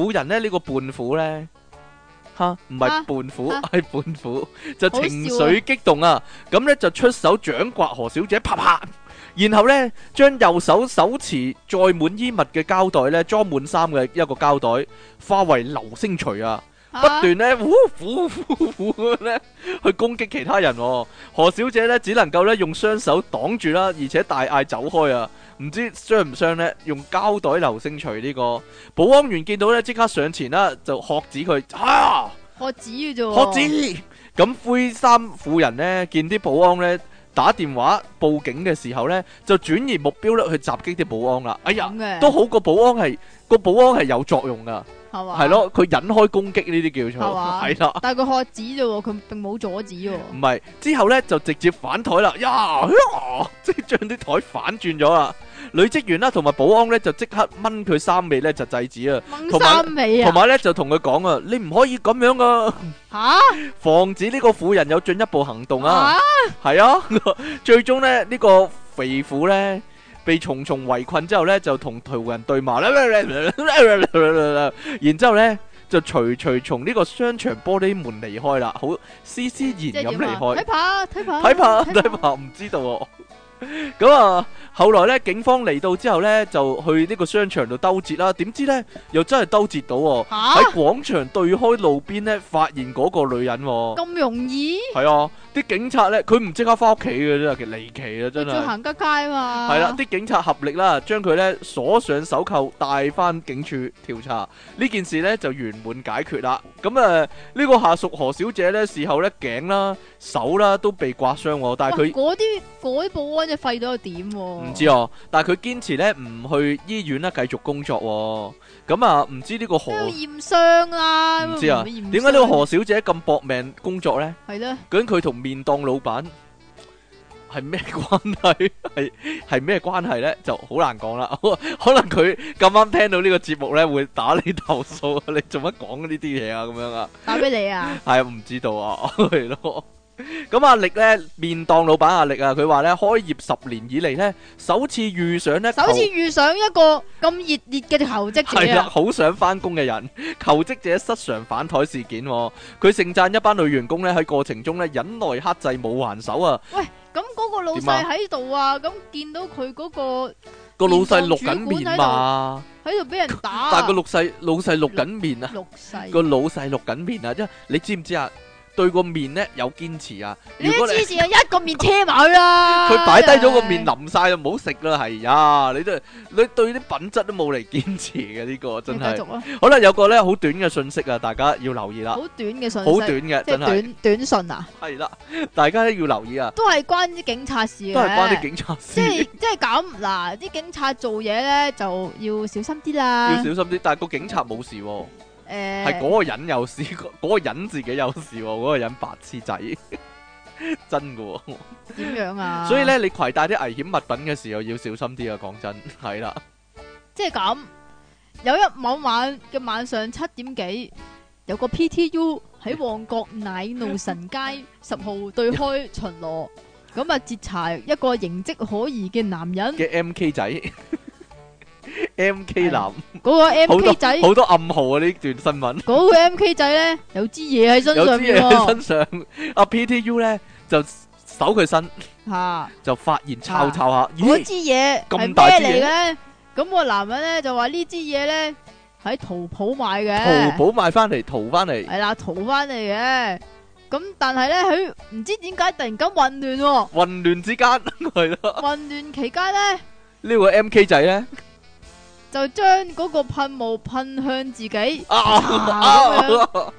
婦人咧呢、呢個伴婦咧，吓唔係
啊
伴婦，
啊
係伴婦，就
好笑啊
情緒激動啊！咁咧就出手掌摑何小姐，啪啪。然後咧，將右手手持載滿衣物嘅膠袋咧，裝滿衫嘅一個膠袋，化為流星錘啊！
啊
不斷咧，呼呼呼呼咁樣咧，去攻擊其他人、喎。何小姐咧，只能夠咧用雙手擋住啦，而且大嗌走開啊！唔知傷唔傷呢？用膠袋流星錘呢、個保安員見到咧，即刻上前啦，就喝止佢啊！
學子嘅啫
喝
喎，
止咁灰衫婦人呢，見啲保安呢打電話報警嘅時候呢，就轉移目標咧去襲擊啲保安啦。哎呀
咁，嘅
都好過保安係個保安係有作用噶，
係嘛？
係，咯，佢引開攻擊呢啲叫
係
做
嘛
係啦。
但係佢學子啫喎，佢並冇阻止喎，
唔係，之後呢就直接反台啦，呀， 呀即係將啲台反轉咗啊！女職員啦同埋保安呢就即刻掹佢衫尾呢就制止啊，
掹
同埋
衫尾
同
啊，
埋呢就同佢講啊，你唔可以咁樣啊，
吓
防止呢個婦人有進一步行動啊！
吓
係啊， 最終呢，呢、個肥婦呢，被重重圍困之後呢，就同途人對罵啦， 然之後呢，就徐徐從呢個商場玻璃門離開啦，好斯斯
即係
然咁
點啊
離開
睇。怕睇怕
睇怕睇怕唔知道喎。咁啊，後來咧，警方嚟到之後咧，就去呢個商場度兜截啦。點知咧，又真係兜截到喎、
吓
喺廣場對開路邊咧，發現嗰個女人、喎。
咁容易？
係啊，啲警察咧，佢唔即刻翻屋企嘅真係離奇啊，
佢
真
仲
係。
行街街嘛？
係啦，啲警察合力啦，將佢咧鎖上手扣，帶翻警署調查。呢件事咧就圓滿解決啦。咁誒，呃呢、個下屬何小姐咧，事後咧頸啦、手啦都被刮傷喎，但係
喂
佢。
嗰啲嗰啲保安就廢到又點喎？
唔知啊，但系佢堅持咧唔去醫院啦，繼續工作、喎。咁啊，唔知呢個
都
何
要驗傷啦。
唔知啊？
點
點解呢個何小姐咁搏命工作呢？
係咧？
究竟佢同面檔老闆係咩關係？ 係係咩關係呢？就好難講啦。 可能佢咁啱聽到呢個節目呢，會打你投訴啊！你做乜講呢啲嘢啊？咁樣啊？
打俾你 啊！
系唔知道啊，系咯。咁阿力呢，面檔老闆阿力啊，佢話呢，開業十年以嚟呢，首次遇上呢。
首次遇上一個咁熱烈嘅求 職
系
者
啦，
啊！
好想翻工嘅人， 求職者失常反台事件、喎，佢盛讚一班女員工咧喺過程中咧忍耐克制冇還手啊，
咁嗰個老
點啊
細喺度啊，咁見到佢嗰個
個老細
面
錄
當
緊
主管
面嘛，
喺度俾人打啊，
但係個老細老細錄緊面啊，
六世
個老細錄緊面啊，即係你知唔知啊？對個面咧有堅持啊，
你
如果
都
你
黐線啊！一個面車埋佢 啦，
佢擺低咗個面啊 淋晒就唔好食啦，係呀，你都你對啲品質都冇嚟堅持嘅呢、個
你
真
繼
係
續，啦，
好啦，有個咧好短嘅信息啊，大家要留意啦，
好短嘅信息，
好短嘅
即係
真係。
短短信啊，
系啦，大家咧要留意啊，
都係關啲警察事嘅，
都係關啲警察事
即，係 即係咁嗱，啲警察做嘢咧就要小心啲
要
啦
小。心啲。但係個警察冇事，喎，係
啊誒，
嗰個人有事， 嗰嗰個人自己有事，喎，嗰個人白痴仔， 真㗎喎。
點樣啊？
所以，咧，你攜帶啲危險物品嘅時候要小心啲啊！講真，係啦，
即係咁，有一某晚嘅晚上七點幾，有個 PTU 喺旺角奶 路臣街十號對開巡邏，咁啊截查一個形跡可疑嘅男人，
嘅 M K 仔。M K 男
嗰個 M
好
K
多
仔，
好多暗號啊！呢段新聞
嗰個 M K 仔咧有支嘢喺身
有
上
啲嘢
面
喺
喎，
身上，阿 P T U 咧就搜佢身，
吓
就發
啊
現抄抄下，
嗰
咦
支嘢係
咁
咩
大支
嚟嘅？咁個男人咧就話呢支嘢咧喺淘寶買嘅，
淘寶買翻嚟，淘翻嚟。
系啦，逃翻嚟嘅。咁但系咧，佢唔知點解突然間混亂 喎。
混亂之間係咯，
混亂期間咧，
呢個 M K 仔咧
就將嗰個噴霧噴向自己，咁、
啊
啊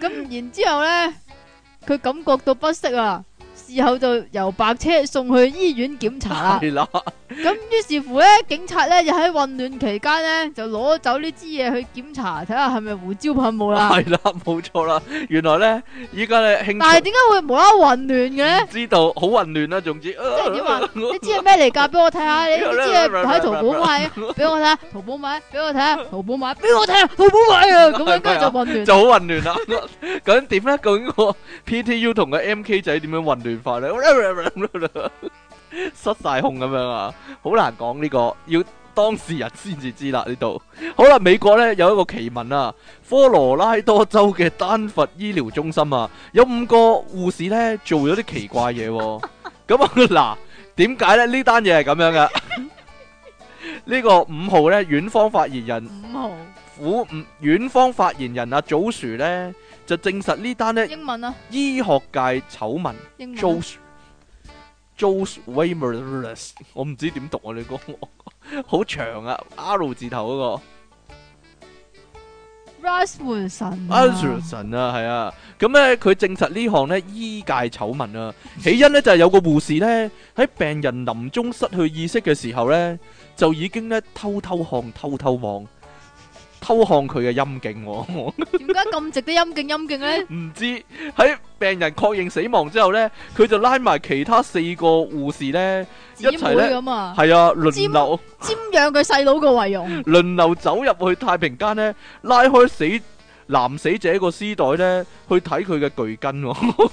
咁
啊
然之后咧，佢感覺到不適啊，事後就由白車送去醫院檢查啦。
係啦，
咁於是乎咧，警察咧就喺混亂期間咧，就攞走呢支嘢去檢查，睇下係咪胡椒噴霧 啦。
係啦，冇錯啦。原來咧，依家咧興
但係點解會無啦啦混亂嘅咧？
知道好混亂啦，總之即
即係點啊？ 你知係咩嚟㗎？俾我睇下，你你知係喺淘寶買，啊俾我睇下，淘寶買，俾我睇 下，淘寶買，俾我睇下，淘寶買啊！咁樣跟住就混亂。
就好混亂啦。 究竟點咧？究竟個 P T U 同個 M K 仔點樣混亂法咧？ 失晒控咁樣啊，好難講呢個，要當事人先至知啦呢度。好啦，美國咧有一個奇聞啊，科羅拉多州嘅丹佛醫療中心啊，有五個護士咧做咗啲奇怪嘢、喎。咁啊嗱，點解咧呢單嘢係咁樣 嘅？呢個五號咧，院方發言人。
五號
府唔院方發言人阿祖樹呢，就證實呢單呢
英文啊，
醫學界醜聞。
英文啊
Jos Jos Weimers，我唔知點讀啊！你講好長啊，R 字頭
Rasmussen
嗰、
嗯
個 a s u r s o n 啊，係啊。咁呢，佢證實呢項呢醫界醜聞啊，起因呢，就係、有個護士呢，喺病人臨終失去意識嘅時候呢，就已經呢偷偷看、偷偷望、偷看佢嘅陰莖喎。
點解咁值得陰勁陰勁咧？
唔知喺病人確認死亡之後呢，佢就拉埋其他四個護士呢， 一
姊妹
齊呢，
咁啊，
係啊，輪
尖
流
瞻仰佢細佬個 遺容，
輪流走入去太平間呢，拉開死男死者個屍袋呢，去睇佢嘅巨根喎。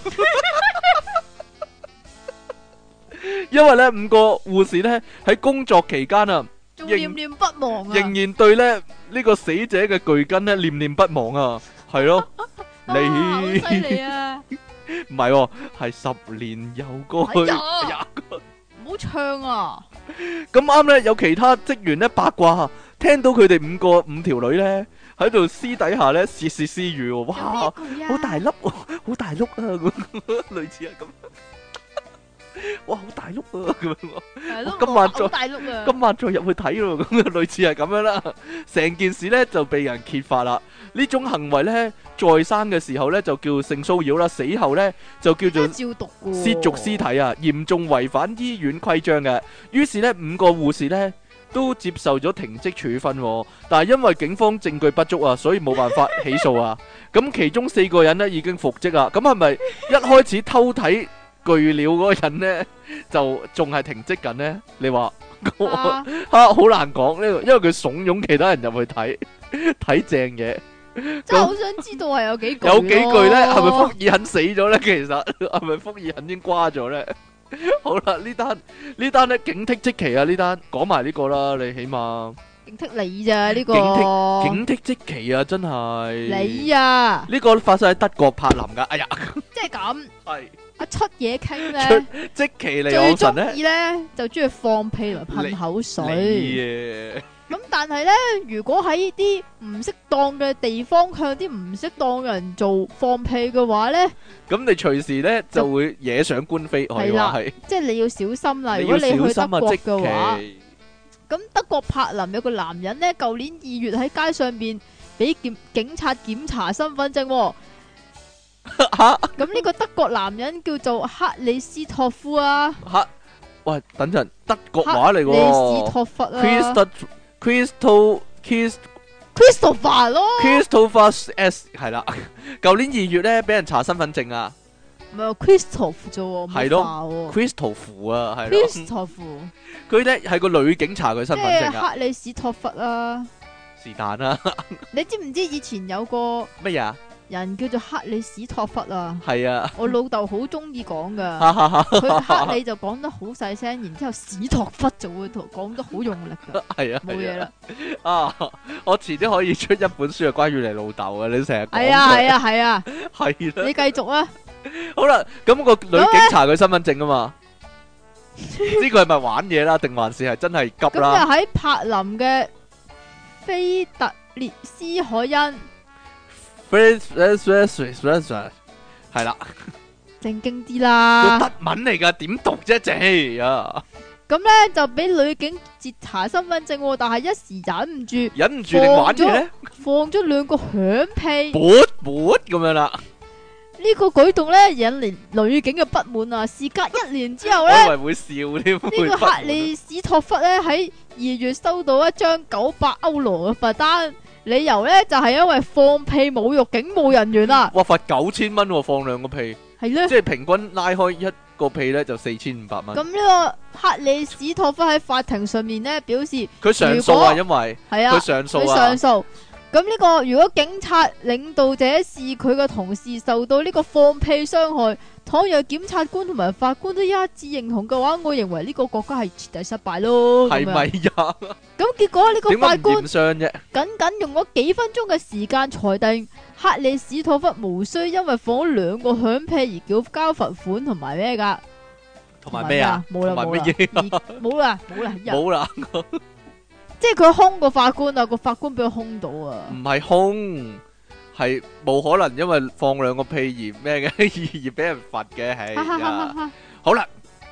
因為呢五個護士呢，喺工作期間啊，
仲
仍
念念不忘啊
仍！然對呢呢個死者嘅巨根呢念念不忘啊，係 咯，
啊好
你
犀利啊！
唔係喎，係十年有過去。
哎呀
哎呀
唔好槍啊！
咁啱咧，有其他職員咧八卦，聽到佢哋五個五條女咧喺度私底下咧竊竊私語喎，哇！
有咩句啊？
好大粒喎，好大碌啊，咁 類似係咁。哇，好大碌啊，咁樣 喎。
係咯，
今晚
我
再
好大碌啊！
今晚再入去睇咯，咁 樣類似係咁樣啦。成件事呢就被人揭發啦。呢種行為呢，在生嘅時候呢就叫性騷擾啦，死後呢就叫做
真係照讀噶，
涉足屍體啊，嚴重違反醫院規章嘅。於是呢，五個護士呢都接受咗停職處分、喎，但係因為警方證據不足啊，所以冇辦法起訴啊。咁其中四個人呢已經復職啦。咁係咪一開始偷睇巨鳥嗰個人呢，就仲係停職緊呢？你話？
啊
啊，好難講呢個，因為佢慫恿其他人入去睇睇正嘢，
真係好想知道係有幾句咯，
有幾句咧係咪福爾肯死咗咧？其 實係咪福爾肯已經瓜咗 咧？好啦，呢單呢單咧警惕即期啊！呢單講埋呢個啦，你起碼
警惕你咋呢個？
警
Ờ.
惕警惕即期啊！真係
你啊，
呢個發生喺德國柏林噶，哎呀，
即係咁，
係
阿出嘢傾咧
出，即期嚟
最
我神
中
咧，
意咧就中意放屁同埋噴口水。
你啊
咁但係咧，如果喺啲唔適當嘅地方向啲唔適當嘅人做放屁嘅話咧，
咁你隨時咧就會惹上官非，可以
係啦
話係，
即係你要小心啦。如
你
果
要
你去
小心
德
啊！
國
即
嘅話。
期。
咁德國柏林有個男人呢，舊年二月喺街上邊俾檢警察檢查身份證、喎。
啊
咁呢個德國男人叫做克里斯托夫啊，
吓，喂，等陣，德國話嚟
克里斯
喎
托弗啊
，Crystal Crystal Crystal
，Christopher 咯，
Christopher S 係啦，舊年二月咧俾人查身份證啊
唔係 Christopher 啫喎，
係
咯
，Crystal 符啊，係咯，
，Christopher，
佢咧係個女警查佢
即
身份
係
證啊，
克里斯托弗啊。
是但啦，
你知唔知以前有個
乜嘢啊？
人叫做克里斯托弗啊？
係啊，
我老豆好中意講 噶。
哈哈哈，
佢黑你就講得好細聲，然之後史托忽就會同講得好用力噶，
係啊，
冇嘢啦。
係啊，啊，我遲啲可以出一本書係關於你老豆啊，你成日講
係啊係
佢，
啊係啊，
係啦
你，繼 續啊，
好啦，咁個女警查佢身份證啊嘛，呢個係咪玩嘢啦，定還是係真係急
咁
啦？
就喺柏林嘅菲特列斯海恩
Fresh, fresh, fresh, fresh, fresh，係啦，
正經啲
個
啦，
德文嚟噶，點讀啫？姐啊，
咁咧就俾女警截查身份證喎，但係一時忍唔住
忍唔住你玩嘢咧，
放咗兩個響 屁，
撥撥咁樣啦。
呢個舉動咧引嚟女警嘅不滿啊！事隔一年之後
我
咧。
以為會笑添，會
呢個
不
克
滿
里斯托弗咧喺二月收到一張九百歐羅嘅罰單，理由咧就係、因為放屁侮辱警務人員啊，
哇罰九千蚊喎，放兩個 屁，
係咧。
嗯即係平均拉開一個屁咧就四千五百
咁
蚊。
呢個克里斯托弗喺法庭上面咧表示，
佢上訴啊，
如
因為
係啊
佢，上訴
佢
啊
上，訴。咁呢、個如果警察領導者是佢嘅同事受到呢個放屁傷害，倘若檢察官同埋法官都一致認同嘅話，我認為呢個國家係徹底失敗咯。咁
係
樣
咪呀？
咁結果呢個
點
法
解唔
官
驗傷啫？
僅僅用咗幾分鐘嘅時間裁定克里史托弗無需因為放咗兩個響屁而繳交罰款同埋咩噶，
同埋咩啊？
同
同
埋
埋乜
咩啊
嘢？
冇啦冇啦，而冇啦冇啦，人
冇啦，
即係佢空個法官啊，個法官俾佢空到啊
唔，係空，係冇可能因為放兩個屁而咩嘅， 而而俾人罰嘅係
哈
哎
哈哈
呀
哈。哈
好啦，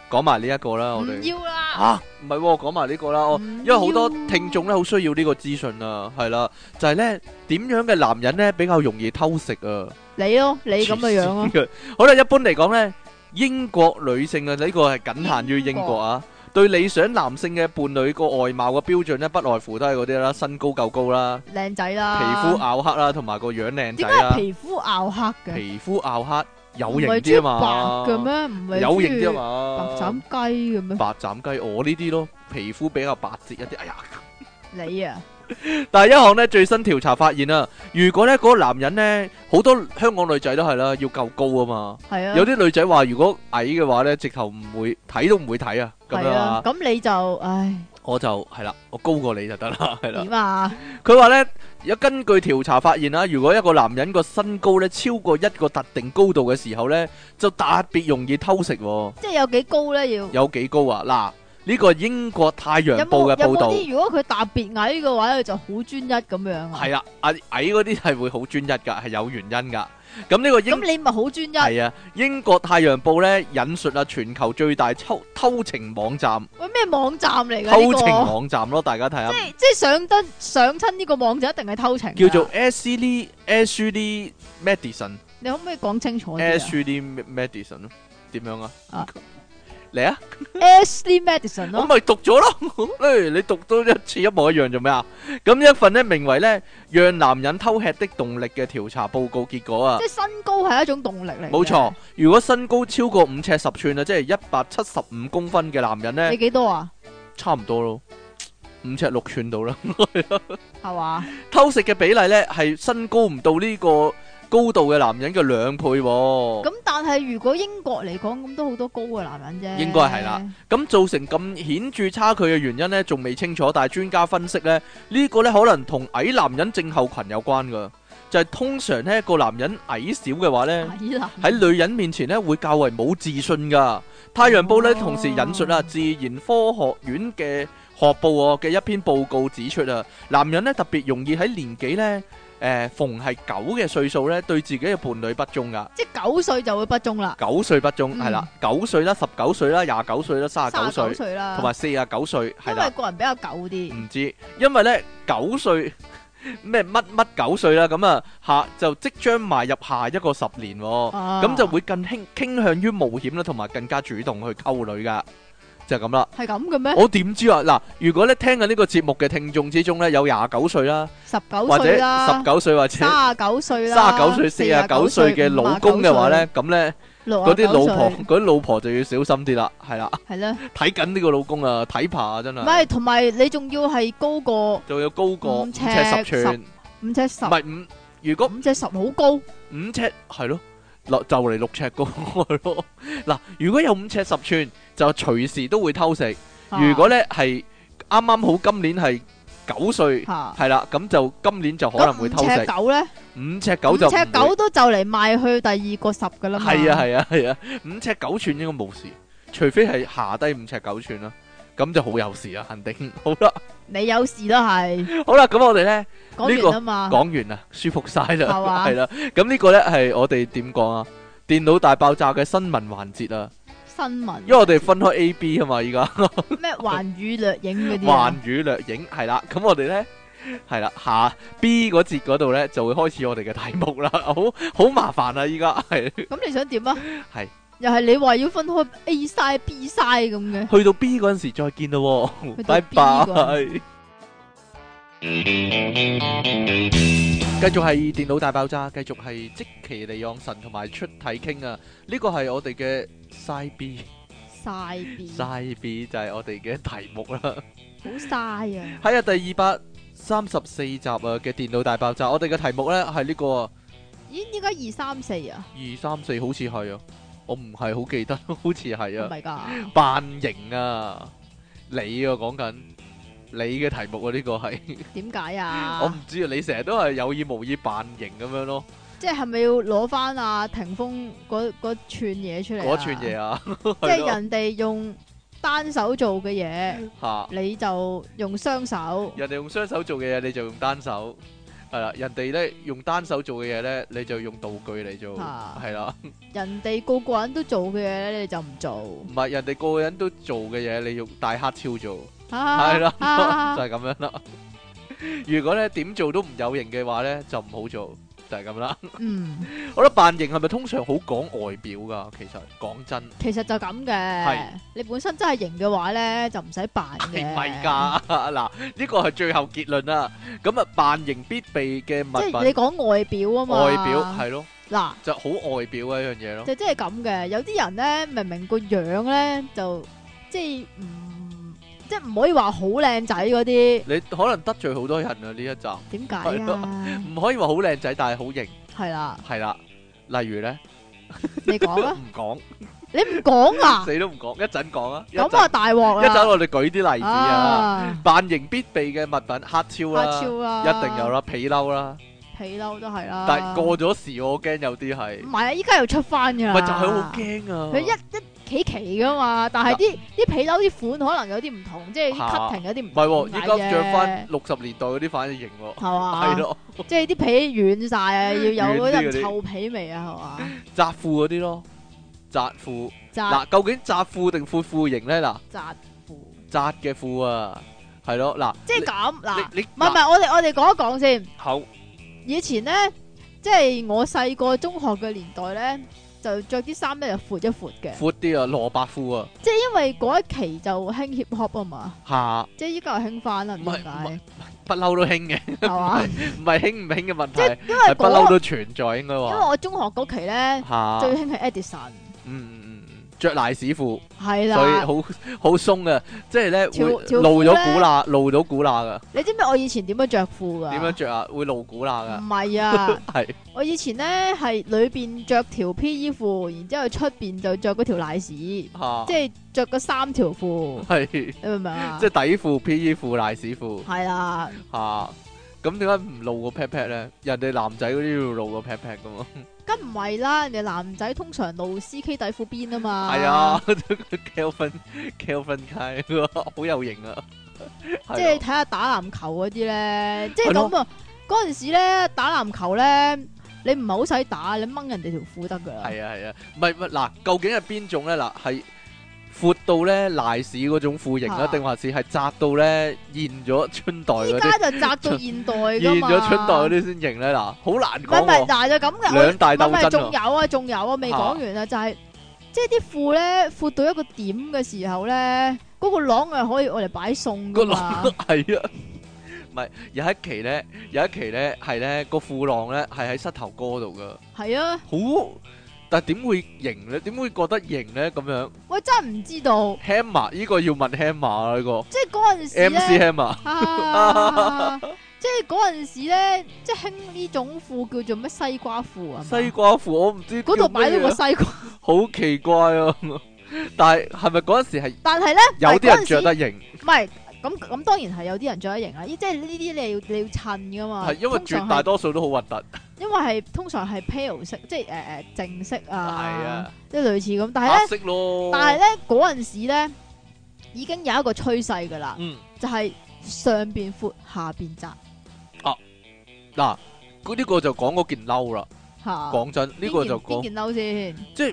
講埋呢一個啦，我
唔
哋
要啦，
啊，唔係喎，講埋呢個啦，我
唔
因為好多
要
聽眾咧好需要呢個資訊啊，係啦，就係咧點樣嘅男人咧比較容易偷食啊？
你咯，你咁嘅樣啊
黐，線
咯
嘅 好啦，一般嚟講咧，英國女性啊，呢個係僅限於英國啊。對理想男性嘅伴侶個外貌嘅標準咧，不外乎都係嗰啲啦，身高夠高啦，
靚仔
皮
啦，
膚咬黑啦，同埋個樣靚仔
啊點解係
啦，
皮膚咬黑嘅？
皮膚咬黑有
唔
型
係
啲啊
中意白
嘛，
嘅咩？唔係
有型啲啊
中意白
嘛
斬，雞嘅咩？
白斬雞，我呢啲咯，皮膚比較白皙一啲。哎呀，
你啊，
但係一項咧最新調查發現啊，如果咧嗰個男人咧，好多香港女仔都係啦，要夠高啊嘛。
係啊，
有啲女仔話，如果矮嘅話咧，直頭唔會睇都唔會睇啊。咁
係
樣
啊，
啊，
咁你就唉
我就係啦，我高過你就得啦，係啦
點。啊？
佢話咧，有根據調查發現啊啦，如果一個男人個身高咧超過一個特定高度嘅時候咧，就特別容易偷食喎。
即係有幾高咧要？
有幾高啊？嗱，呢個英國太陽
有
報
冇
嘅
有
報
冇
導。
啲如果佢特別矮嘅話，佢就好專一咁樣啊？
係啦，矮矮嗰啲係會好專一㗎，係有原因㗎。咁呢個英
咁你咪好專一？
係啊，英國太陽報咧引述啊全球最大偷偷情網站，
喂，咩網站嚟㗎呢
偷情
個？
網站咯，大家睇下，
即即上得上親呢個網就一定係偷情㗎。
叫做 E Ashley Ashley Madison
你可唔可以講清楚啲啊
Ashley Madison E 咯，點樣啊
啊？
嚟啊！
？Ashley Madison
我
咯，
咪讀咗咯， 誒你讀多一次一模一樣做咩啊？咁一份咧名為咧讓男人偷吃的動力嘅調查報告結果啊
即，係身高係一種動力嚟嘅。
冇錯，如果身高超過五尺十寸啊，即係一百七十五公分嘅男人咧，
你幾多啊？
差唔多咯，五尺六寸到啦。
係嘛？
偷食嘅比例咧係身高唔到呢個高度嘅男人嘅兩倍喎，
咁但係如果英國嚟講，咁都好多高嘅男人啫。
應該係啦。咁造成咁顯著差距嘅原因咧，仲未清楚，但係專家分析咧，呢個咧可能同矮男人症候群有關噶，就係通常咧個男人矮小嘅話咧。
係啦。
喺女人面前咧會較為冇自信噶。太陽報咧
哦
同時引述啊自然科學院嘅學報喎嘅一篇報告指出啊，男人咧特別容易喺年紀咧誒、呃逢係九嘅歲數咧對自己嘅伴侶不忠噶。
即係九歲就會不忠啦，
九歲不忠
嗯
係啦，九歲啦、十九歲啦、廿九歲啦、三啊十九
三十
歲
九歲啦，
同埋四十九歲係
因
啦
為，個人比較久啲，
唔知，因為咧九歲咩乜乜九歲啦，咁啊下就即將邁入下一個十年喎。咁
咁
就會更傾傾向於冒險啦，同埋更加主動去溝女噶，就係咁 啦。
係咁嘅咩？
我點知啊？嗱，如果咧聽緊呢個節目嘅聽眾之中咧，有廿九歲啦，
十
或
九
者十
歲啦，
九歲或者
三十九歲啦，
三十九歲、四十九
49
歲嘅老公嘅話咧，，咁咧嗰
嗰
啲老婆嗰啲老婆就要小心啲啦，係啦，
係咧，
睇緊呢個老公啊，睇怕啊真
唔
係，
係同埋你仲要係高過
仲要高過五
五
尺
尺
十
十
寸，唔
五尺十，
係五，如果
五尺十好高，
五尺係咯，落就嚟六尺高 係咯。嗱，如果有五尺十寸，就隨時都會偷食。
啊
如果咧係啱啱好今年係九歲，
嚇
係啦，咁就今年就可能會偷
啊咁五尺
食。
九咧，
五尺九
五
就
尺九都就嚟賣去第二個十噶啦嘛，
係啊係啊係啊，五尺九寸應該冇事，除非係下低五尺九寸啦，咁就好有事啊，肯定。 好啦，
你有事都係
好啦，咁我哋咧呢
講
個
完啊嘛，
講完啦，舒服晒
係
啦，
嘛
係啦，咁呢個咧係我哋點講啊？電腦大爆炸嘅新聞環節啊，
新
因為
聞
我哋分開 A、B 啊嘛，而家。
咩環宇掠影嗰啲
幻
啊，
語掠影係啦，咁我哋咧係啦下 B 嗰節嗰度咧就會開始我哋嘅題目啦， 好好麻煩啊！依家係
咁你想點啊？
係
又係你話要分開 A side B side 咁嘅。
去到 B 嗰陣時再見咯喎，
去
拜
到 B 嗰
拜。繼續係電腦大爆炸，繼續係即其利昂神同埋出體傾啊！呢個係我哋嘅 side B
晒
嗯
變，
side B 就係我哋嘅題目啦。
好晒啊！
喺啊第二百三十四集啊嘅電腦大爆炸，我哋嘅題目咧係呢個啊。
咦，點解二三四啊？
二三四好似係啊，我唔係好記得， 好似係
唔
啊，
係㗎，
扮型啊，你啊講緊你嘅題目啊，呢、個係
點解
我唔
啊？
知啊，你成日都係有意無意扮型咁樣咯，
即係咪要攞翻阿霆鋒嗰嗰串嘢出嚟？
嗰串嘢， 啊，
即係人哋用單手做嘅嘢，
嚇，
你就用雙手。
人哋用雙手做嘅嘢你就用單手，係啦，人哋咧用單手做嘅嘢咧你就用道具嚟做，
啊
係啦，
人哋個個人都做嘅嘢咧，你就唔做
唔。係人哋個個人都做嘅嘢你用大黑超做。
係
系啦，
啊
就係咁樣啦。如果咧點做都唔有型嘅話咧，就唔好做，就係咁 啦。
嗯，
好啦，扮型係咪通常好講外表噶？其實講真，
其實就咁
係
嘅。你本身真係型嘅話咧，就唔使扮嘅。
係咪㗎？ 嗱，呢個係最後結論啦。咁啊，扮型必備嘅
即
物
係
品，
你講外表啊嘛。
外表係咯，
嗱。
就好外表嘅一樣嘢咯。
就即係咁嘅，有啲人咧，明明個樣咧就即係唔即係唔可以話好靚仔嗰啲，
你可能得罪好多人啊！呢一集
點解
係
啊？
唔可以話好靚仔，但係好型
係啦，
係啦。例如咧，
你講啦，
唔講
你唔講啊？
死都唔講，一陣講啊！一
咁啊
陣
大
一
鑊啦！
陣我哋舉啲例子啊。
啊，
扮型必備嘅物品，黑超
阿
啦，
超啦，
一定有，啦，皮褸啦，
皮褸都係啦。
但係過咗時我驚有啲係，
唔係啊，依家又出翻㗎啦。
咪就係好驚啊！
佢一一企旗噶嘛，但係啲啲被褸啲款可能有啲唔同，即係啲
嚇
cutting 有啲唔
唔係喎，
同
依
咁
家
解
着
啫
翻六十年代嗰啲反而型喎，
係嘛？
係咯，
即係啲被軟晒啊，要有嗰
軟啲嗰
陣
啲
臭皮味啊，係嘛？
窄褲嗰啲咯，窄褲
扎
嗱，究竟窄褲定闊褲型咧？嗱，
扎褲，
窄嘅褲啊，係咯，嗱，
即係咁嗱。
你你
唔係唔係，我哋我哋講一講先。
好
以前咧，即係我細個中學嘅年代咧，就着啲衫咧就闊一闊嘅，
闊啲啊，蘿蔔褲啊，
即係因為嗰一期就興 hip hop 啊嘛，
下
即係依家又興翻啦，唔知點
唔係
解
不嬲都興嘅，
係嘛？
唔係興唔興嘅問
即係
題，
因為
係不嬲
嗰
都啊存在應該
因為
話
我中學嗰期咧
下，
最興係 Edison，
嗯嗯嗯嗯，着賴屎褲。
係
所以
啦。
好好鬆啊，即係咧
條
會
條褲
露咗
呢
鼓罅，露咗鼓罅噶。
你知唔知我以前點樣着褲㗎？
點樣？着啊？會露鼓罅
唔
噶，
係啊，
係
我以前咧係裏邊着條 P.E. 褲，然之後出邊就着嗰條奶屎，
嚇，
即係着嗰三條褲，
係
你明唔明啊？
啊 即係底褲、P.E. 褲、賴屎褲
係啦，
嚇。咁點解唔露個 pat pat 咧？人哋男仔嗰啲要露個 pat pat 噶嘛？
咁唔係啦，人哋男仔通常露 C.K. 底褲邊啊嘛。
係啊，Kelvin Kelvin Kai 好有型啊！
即係睇下打籃球嗰啲咧，即係
係咯
咁啊！嗰陣時咧打籃球咧，你唔係好使打，你掹人哋條褲得㗎啦。
係啊係啊，唔係唔係嗱，究竟係邊種咧？嗱，係闊到咧賴屎嗰種褲型
嚇
啊，定還是係窄到咧現咗春袋嗰
依
啲？
家就窄到現代 㗎
現
嘛。
咗春代嗰啲先型咧，嗱，好難
唔係
講
唔係，
喎。
嗱就咁嘅。我
兩大
唔係唔係
鬥爭
仲
啊，
有啊，仲有啊，未講完啊，就係即係啲褲咧闊到一個點嘅時候咧，嗰個囊係可以我嚟擺餸
個
㗎
浪
嘛。
係啊， 唔係有一期咧，有一期咧係咧個褲浪咧係喺膝頭哥度噶，
係啊，
好，但係點會型咧？點會覺得型咧？咁樣
我真係唔知道，
Hammer 呢個要問 Hammer 啦，呢個
即係嗰陣時
MC
咧，
Hammer
啊即係嗰陣時咧，即係興呢種褲叫做咩西瓜褲啊嘛？
西瓜褲，我唔知
嗰
叫
度擺咗
咩
個
啊
西瓜，
好奇怪啊！ 但係係咪嗰陣時係
但係咧
有啲
但係嗰陣
人
時
着得型？
唔係咁咁，當然係有啲人着得型啦。啊依即係呢啲你要你要襯噶嘛？
係因為
哦通常
絕
係
大多數都好核突，
因為係通常係 pale 色，即係誒誒正色
係
啊，
啊，
即係類似咁。但係
黑
咧，
色咯。
但係咧嗰陣時咧已經有一個趨勢㗎啦，
嗯。
就係上邊闊下邊窄
嗱，嗰呢個就講嗰件褸啦。
嚇。
講真，呢個
啊邊件
就
邊
講
件褸先？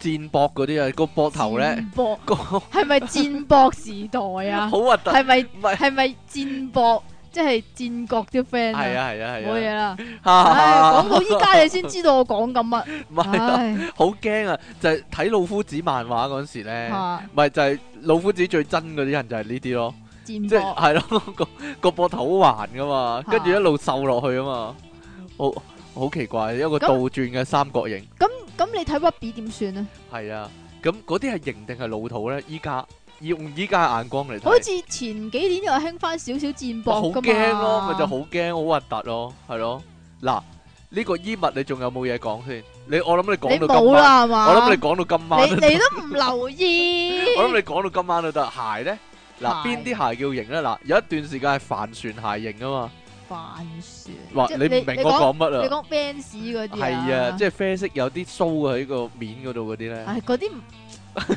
戰膊嗰啲啊，個膊頭咧，
戰 博
個
係咪戰博時代啊
好？核突，
係咪
唔係，
係咪戰博？即係戰國啲 friend
係
啊？
啊係啊
冇
係
嘢
啊
啦。唉，
哈
講
哈，
到依家你先知道我講緊乜。
唔 係啊
唉，
好驚啊！就係睇老夫子漫畫嗰陣時咧，
嚇
咪就係老夫子最憎嗰啲人就係呢啲咯，
戰
即
博
係。係咯， 個個膊頭好橫噶嘛，
哦嚇
跟住一路瘦落去啊嘛，好好奇怪，一個倒轉嘅三角形，
咁咁你睇 Webby 點算啊？
係啊，咁嗰啲係型定係老土咧？依家用依家嘅眼光嚟睇
好。似前幾年又興翻少少戰
我好
博噶嘛。
驚咯，咪就好驚，好核突咯，係咯。嗱，呢個衣物你仲有冇嘢講先？你我諗你
你
講到今
冇
晚，
啦係嘛？
我諗你講到今晚都，
你你都唔留意。
我諗你講到今晚都得。鞋咧，嗱
鞋
邊啲鞋叫型咧？嗱，有一段時間係帆船鞋型啊嘛，
帆船。
哇！
即
你
係
唔明我
講
講乜
你
啊？
講 Vans 嗰啲
係啊，即係啡色有啲須喺個面嗰度嗰啲咧。
唉 嗰啲唔，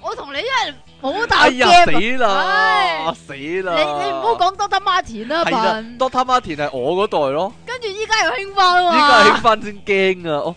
我同你一人冇搭
哎
g
呀
a 你
死啦
唉
死啦！
你唔好講多得 Martin 啦，
係啦
笨。
，Doctor Martin 係我嗰代咯，
跟住依家又興翻
依
喎。
家係翻先驚啊！我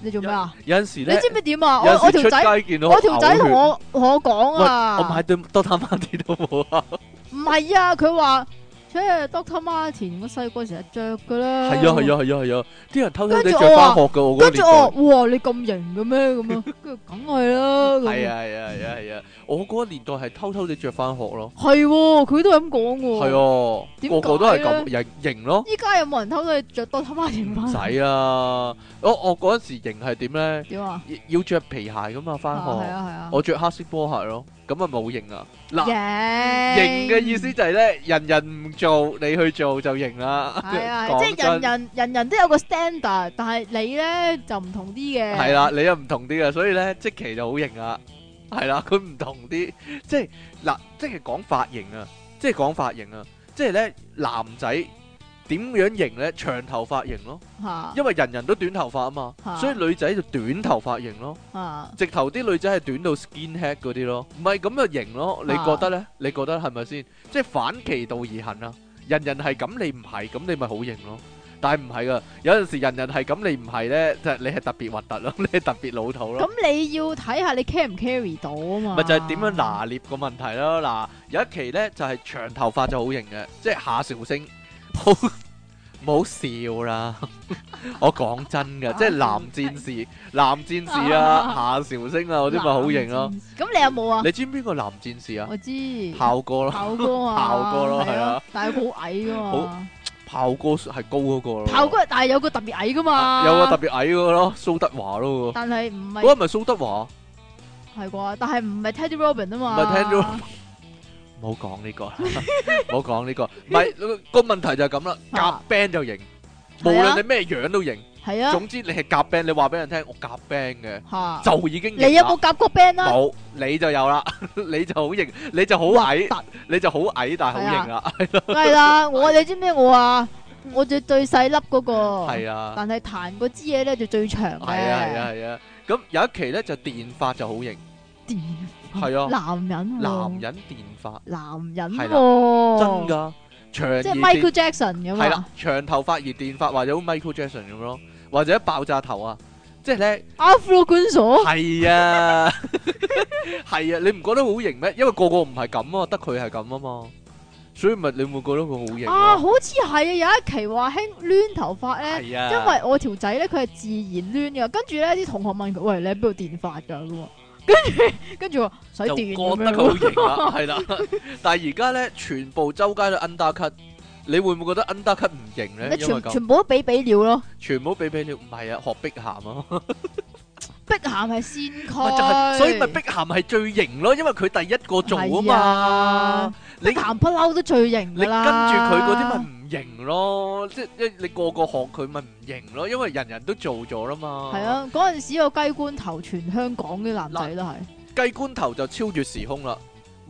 你做咩啊？
有陣時
你
咧。
知唔知點啊？我
有
我
時
條
出
仔，
街見到
我條仔
嘔
同
血
我同我講啊，
喂我買對多塔馬蒂都冇啊，
唔係啊，佢話，切 Doctor Martin 我細個成日着噶啦。
係啊係。啊係啊係啊，啲人偷偷地
跟住
着
我
翻
話
學噶我嗰
跟
個
住
年
我，
代，
哇你咁型嘅咩咁啊？跟住梗係啦。咁
係。啊係啊係啊係啊，我嗰個年代係偷偷地着翻學咯，
係喎，佢都係咁講喎。。
係啊，
點
個個都係
解
咁型型咯，
依家有冇人偷偷去着 Doctor
唔
Martin 翻？
使啊，我我嗰陣時型係點咧？
點啊？
要要着皮鞋噶嘛翻
啊係
學，
啊係啊。
我着黑色波鞋咯，咁啊冇型啊，嗱
型。
型嘅意思。就係咧，人人唔做你去做就型啦，
係 啊，
講
即係
真
人人人人都有個 standard，但係你咧就唔同啲嘅。
係啦，你又唔同啲啊嘅，所以咧即期就好型啦，係啦， 佢唔同啲，即係嗱，即係講髮型啊，即係講髮型啊，即係咧男仔點樣型呢？長頭髮型咯，
吓
因為人人都短頭髮啊嘛，
啊嚇
所以女仔就短頭髮型咯，
吓，
直頭啲女仔係短到 skin head 嗰啲咯，唔係咁就型咯。你覺得呢？你覺得係咪先？即係反其道而行啊！人人係咁，你唔係咁，你咪好型咯。但係唔係噶，有陣時人人係咁，你唔係呢，就係你係特別核突咯， 你係特別老土咯。
咁啊你要睇下你 carry 唔 carry 到啊嘛，
咪就係點樣拿捏個問題咯。嗱，有一期咧就係、長頭髮就好型嘅，即係夏韶聲， 好唔好笑啦。 我講真嘅，即係男戰士、男戰士啊、夏韶聲啊嗰啲咪好型咯。
男戰士？咁你有冇啊？
你知唔知邊個男戰士啊？
我知
炮哥咯，
炮哥啊，
炮哥咯
係
係啊，
但係佢好矮噶嘛，
炮哥係高嗰個咯。
炮哥但係有個特別矮噶嘛，
有個特別矮嗰個咯，蘇德華咯
但係唔
嗰個，嗰個
係
咪蘇德華，
係啩？但係唔係 Teddy Robin 啊嘛，
唔係 Teddy Robin 唔好講呢個啦，唔好講呢個。唔係個問題就係咁啦，夾
啊
band 就型，無
係啊
論你咩樣都型。
係啊，
總之你係夾 band，你話俾人聽我夾 band
吓
嘅，就已經
你有冇夾過 band 啊？
冇？你就有啦， 你就好型，你就好矮
核突，
你就好矮但係好型啦，
梗係啦，我你知唔知我啊？我最最細粒嗰個，
係啊，
但係彈嗰支嘢咧就最長嘅，
係啊，係啊，係啊。咁有一期咧就電髮就好型，係啊，
男人喎，
男人電髮
男人
係
喎，
真㗎，長而
哦即係
電
Michael Jackson 咁
係啦
啊，，
長頭髮而電髮或者好 Michael Jackson 咁咯，或者爆炸頭啊，即係咧。
，Afro g u n s o
係啊， 係啊，你唔覺得好型咩？因為個個唔係咁啊，得佢係咁啊嘛，所以咪你會覺得佢好型
啊，
咯。
好似係啊，有一期話興攣頭髮咧，
係啊，
因為我條仔咧佢係自然攣嘅，跟住咧啲同學問佢：喂，你喺邊度電髮㗎？咁啊跟住跟住話使
就
電咁
覺
樣
得佢
咯
好型啦，係啦。但係而家咧，全部周街都 undercut，你會唔會覺得 undercut 唔型咧因
你？
為
全
咁，
全部都俾俾料咯，
全部俾俾你，唔係啊，學碧咸啊，
碧咸係先
咪就
驅，
係所以咪碧咸係最型咯，因為佢第一個做啊
係啊
嘛，你
碧咸不嬲都最型
你
㗎
跟住
啦
佢嗰啲咪唔型咯，即係你個個學佢咪唔型咯，因為人人都做咗啦嘛。
係，啊，嗰陣時個雞冠頭全香港啲男仔都係
雞冠頭就超越時空啦，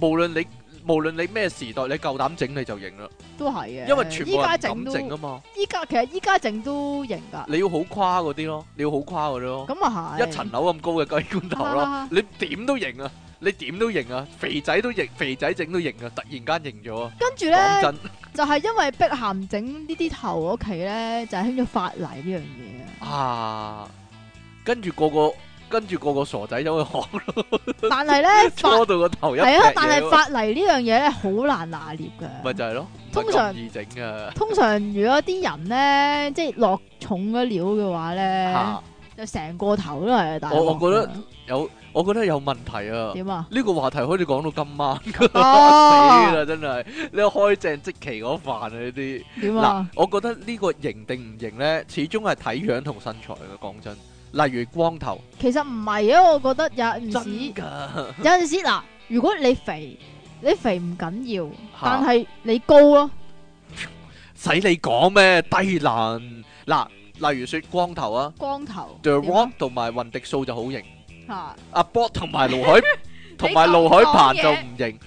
無論你無論你咩時代，你夠膽整你就型啦，
都係嘅，
因為全部
依
人
家
唔
整
敢
都
整啊嘛。
依家其實依家整都型㗎，
你要好誇嗰啲咯，你要好誇嗰啲咯，
咁啊係
一層樓咁高嘅雞冠頭咯
啊，
你點都型啊！你點都型啊！肥仔都型，肥仔整都型啊！突然間型咗啊！
跟住
講
咧。
真，
就係因為碧咸整呢啲頭嗰期咧，就係興咗法例呢樣嘢啊。
啊，跟住個個跟住個個傻仔走去學
但係咧法
搓到個頭一
係啊，但
劈嘢
係
喎
法例呢樣嘢咧好難拿捏
咪
嘅。
就係咯，
通
唔係咁
常
易整啊，
通常如果啲人咧即係落重咗料嘅話咧
嚇，
就成個頭都係大鑊㗎。
我我覺得有，我覺得有問題啊。
點 啊？
呢個話題可以講到今晚，
哦
死啦真係！你開正即期嗰飯啊呢啲。
點
嗱
啊？，
我覺得呢個型定唔型呢，始終係睇樣同身材嘅。講真，例如光頭，
其實唔係啊，我覺得有陣
真
時
㗎，
有陣時嗱，如果你肥，你肥唔緊要，但係你高咯，
使你講咩低能？嗱，例如說光頭啊
光頭。
，The
點啊
Rock 同埋雲迪素就好型。
嚇
阿 Bob 同埋盧 海同埋盧海鵬就唔型。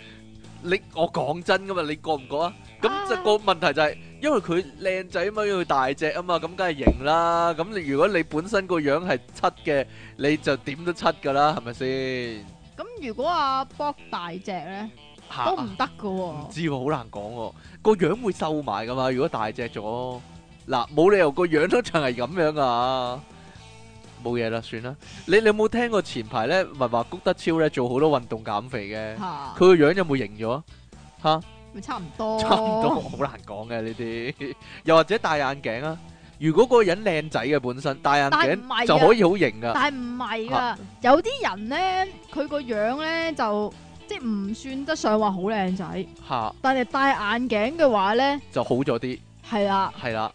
你我講真噶嘛，你覺唔覺啊？咁就
啊
個問題就係、因為佢靚仔嘛，因為佢大隻啊嘛，咁梗係型啦。咁你如果你本身個樣係七嘅，你就點都七噶啦，係咪先？
咁如果阿博大隻咧？
嚇啊
都唔得噶
唔
喎。
知喎，好難講喎。個樣會瘦埋噶嘛，如果大隻咗，嗱冇理由個樣都仲係咁樣啊。冇嘢啦，算啦。你你有冇聽過前排咧，咪話谷德超咧做好多運動減肥嘅？
吓
佢，個樣有冇型咗
哦
啊？
咪差唔多，
差唔多，好難講嘅呢啲。 又或者戴眼鏡啊？如果嗰個人靚仔嘅本身，戴眼
但係唔係
鏡
啊
就可以好型噶。
但係唔係
嚇
噶，有啲人咧，佢個樣咧就即系唔算得上話好靚仔，
嚇
但係戴眼鏡嘅話咧，
就好咗啲，
係啦，
係啦。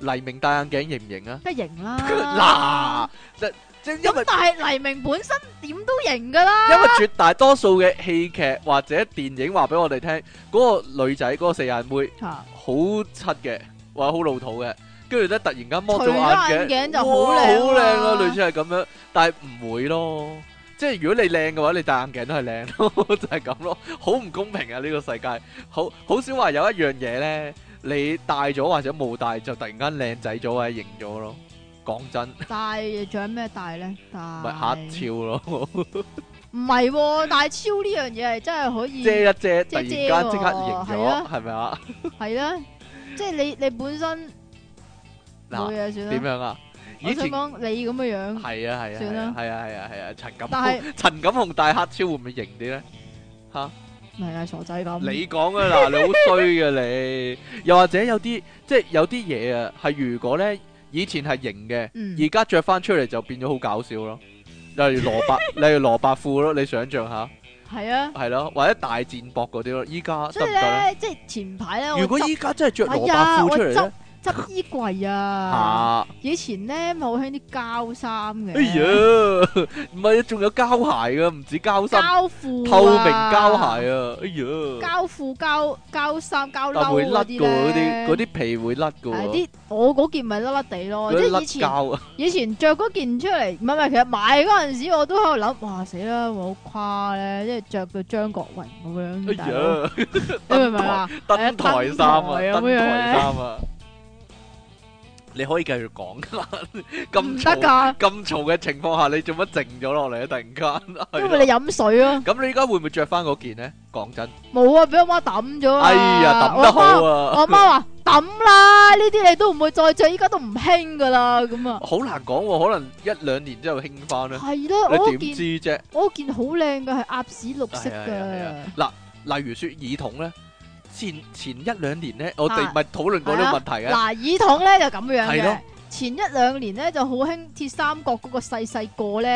黎明戴眼鏡型唔型啊？
梗係型
嗱
啦。，
即即因為
啊咁。但係啊黎明本身點都型噶啦，
因為絕大多數嘅戲劇或者電影話俾我哋聽，嗰、個女仔嗰、個四眼妹
吓
好柒嘅，或者好老土嘅，跟住咧突然間剝
除咗
咗眼鏡，
眼鏡就好
哇
靚
好靚咯，
啦
類似係咁樣，但係唔會咯。即係如果你靚嘅話，你戴眼鏡都係靚 咯，就係咁咯，好唔公平啊！呢、個世界，好好少話有一樣嘢咧，你戴咗或者冇戴就突然間靚仔咗或者型咗咯。講真，咪
大仲有咩大咧？大
黑超咯，
唔係喎，大超呢樣嘢係真係可以
遮一遮，突
遮
然間即刻
喎
型
係
咗，
啊
係咪啊？
係啦，即係你你本身冇
嗱，
嘢算
點
啦。
樣啊？
我
以
想
前
講你咁嘅樣，
係啊係啊
算
係啊
啦
係啊係啊係啊，陳錦
但係
鴻 陳錦鴻戴黑超會唔會型啲咧？
唔係啊傻仔咁。
你講啊嗱，你 好衰嘅你，又或者有啲即係有啲嘢啊，係如果咧以前係型嘅，
嗯
而家着翻出嚟就變咗好搞笑咯。例如 蘿蔔，例如蘿蔔褲咯，你想象下，
係啊，
係咯，或者大戰膊嗰啲咯，依家
所
啊得
以
唔得咧？
咧即係前排咧，
如
我
果
執
依家真係着蘿
係啊
蔔褲出嚟
我
咧
執，執衣櫃啊，
嚇！
以前咧咪好興啲膠衫嘅，
哎呀，唔係，仲有膠鞋噶，唔止膠衫，
膠褲啊
透明膠鞋啊！哎呀，
膠褲、膠膠衫、膠
但會甩
褸嗰
噶
啲
喎，嗰啲
咧
嗰啲皮會甩噶
係
喎。
啲我嗰件咪甩甩地咯，即係以
嗰啲甩
前
膠啊，
以前着嗰件出嚟，唔係唔係，其實買嗰陣時我都喺度諗，哇死啦，會好誇咧，即係着到張國榮咁樣，
哎呀，
大佬你明唔明啊？係啊
登台衫啊，
登台咁
登台
樣
衫啊，你可以繼續 講噶啦，
唔
咁嘈
得噶，
咁嘈嘅情況下，你做乜靜咗落嚟啊？突然間，係
因
咯
為你飲水啊，
咁你而家會唔會着翻嗰件呢？講真，
冇啊，俾阿媽抌咗啊！
哎呀，抌
我
得
阿
好
媽我
啊，
阿媽話抌啦，呢啲你都唔會再着，依家都唔興噶啦，咁 啊，
好難講喎，可能一兩年之後興翻咧，
係咯，我
你
嗰
點
件
知啫？
我嗰件好靚嘅係鴨屎綠色
係啊係啊係
嘅
啊，例如說耳筒咧，前前一兩年咧，我哋
啊
咪討論過呢個問題嘅。
嗱耳筒咧就咁樣
啊係咯
嘅，前一兩年咧就好興鐵三角嗰個細細個咧。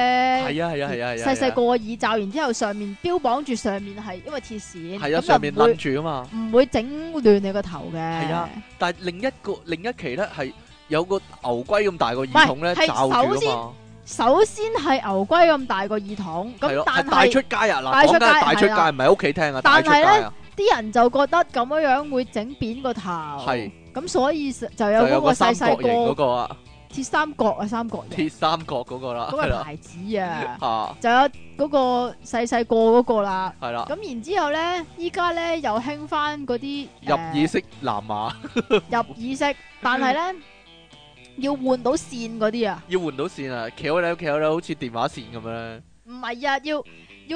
係啊係啊係啊係啊，
嗯細細個嘅耳罩，然之後上面標榜住上面係因為鐵線，
係啊，
咁
上面
就唔
攬
會
住啊嘛。
唔會整亂你個頭嘅。係
啊，但係另一個另一期咧係有個牛龜咁大個耳筒咧
唔係係
罩
首
住
先
啊嘛，
首先係牛龜咁大個耳筒，
係
咁
咯，
但
係帶出
係
街啊！嗱，
帶出
講緊係帶出
街
街，
係啦
唔係喺屋企聽啊，帶
但
出街
係
啊，
啲人就覺得咁樣樣會整扁個頭，
係
咁所以就有
就有
嗰個
個三角
細細
形嗰
個
個啊，
鐵三角啊，三角形
鐵三角嗰個啦，
嗰
係
個
啦，
牌子 啊，
嚇
就有嗰個細細個嗰個啦。
係啦，
咁然之後咧，依家咧又興翻嗰啲
入
誒
耳式藍牙
入耳式，但係咧要換到線嗰啲啊，
要換到線啊，翹咧翹咧，好似電話線咁樣咧，
唔係啊，要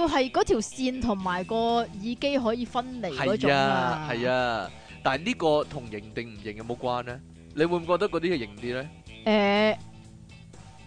要係嗰條線同埋個耳機可以分離嗰種
係啊係
啊，
啊，但係呢個同型定唔型有冇關咧？你會唔會覺得嗰啲係型啲咧？
誒，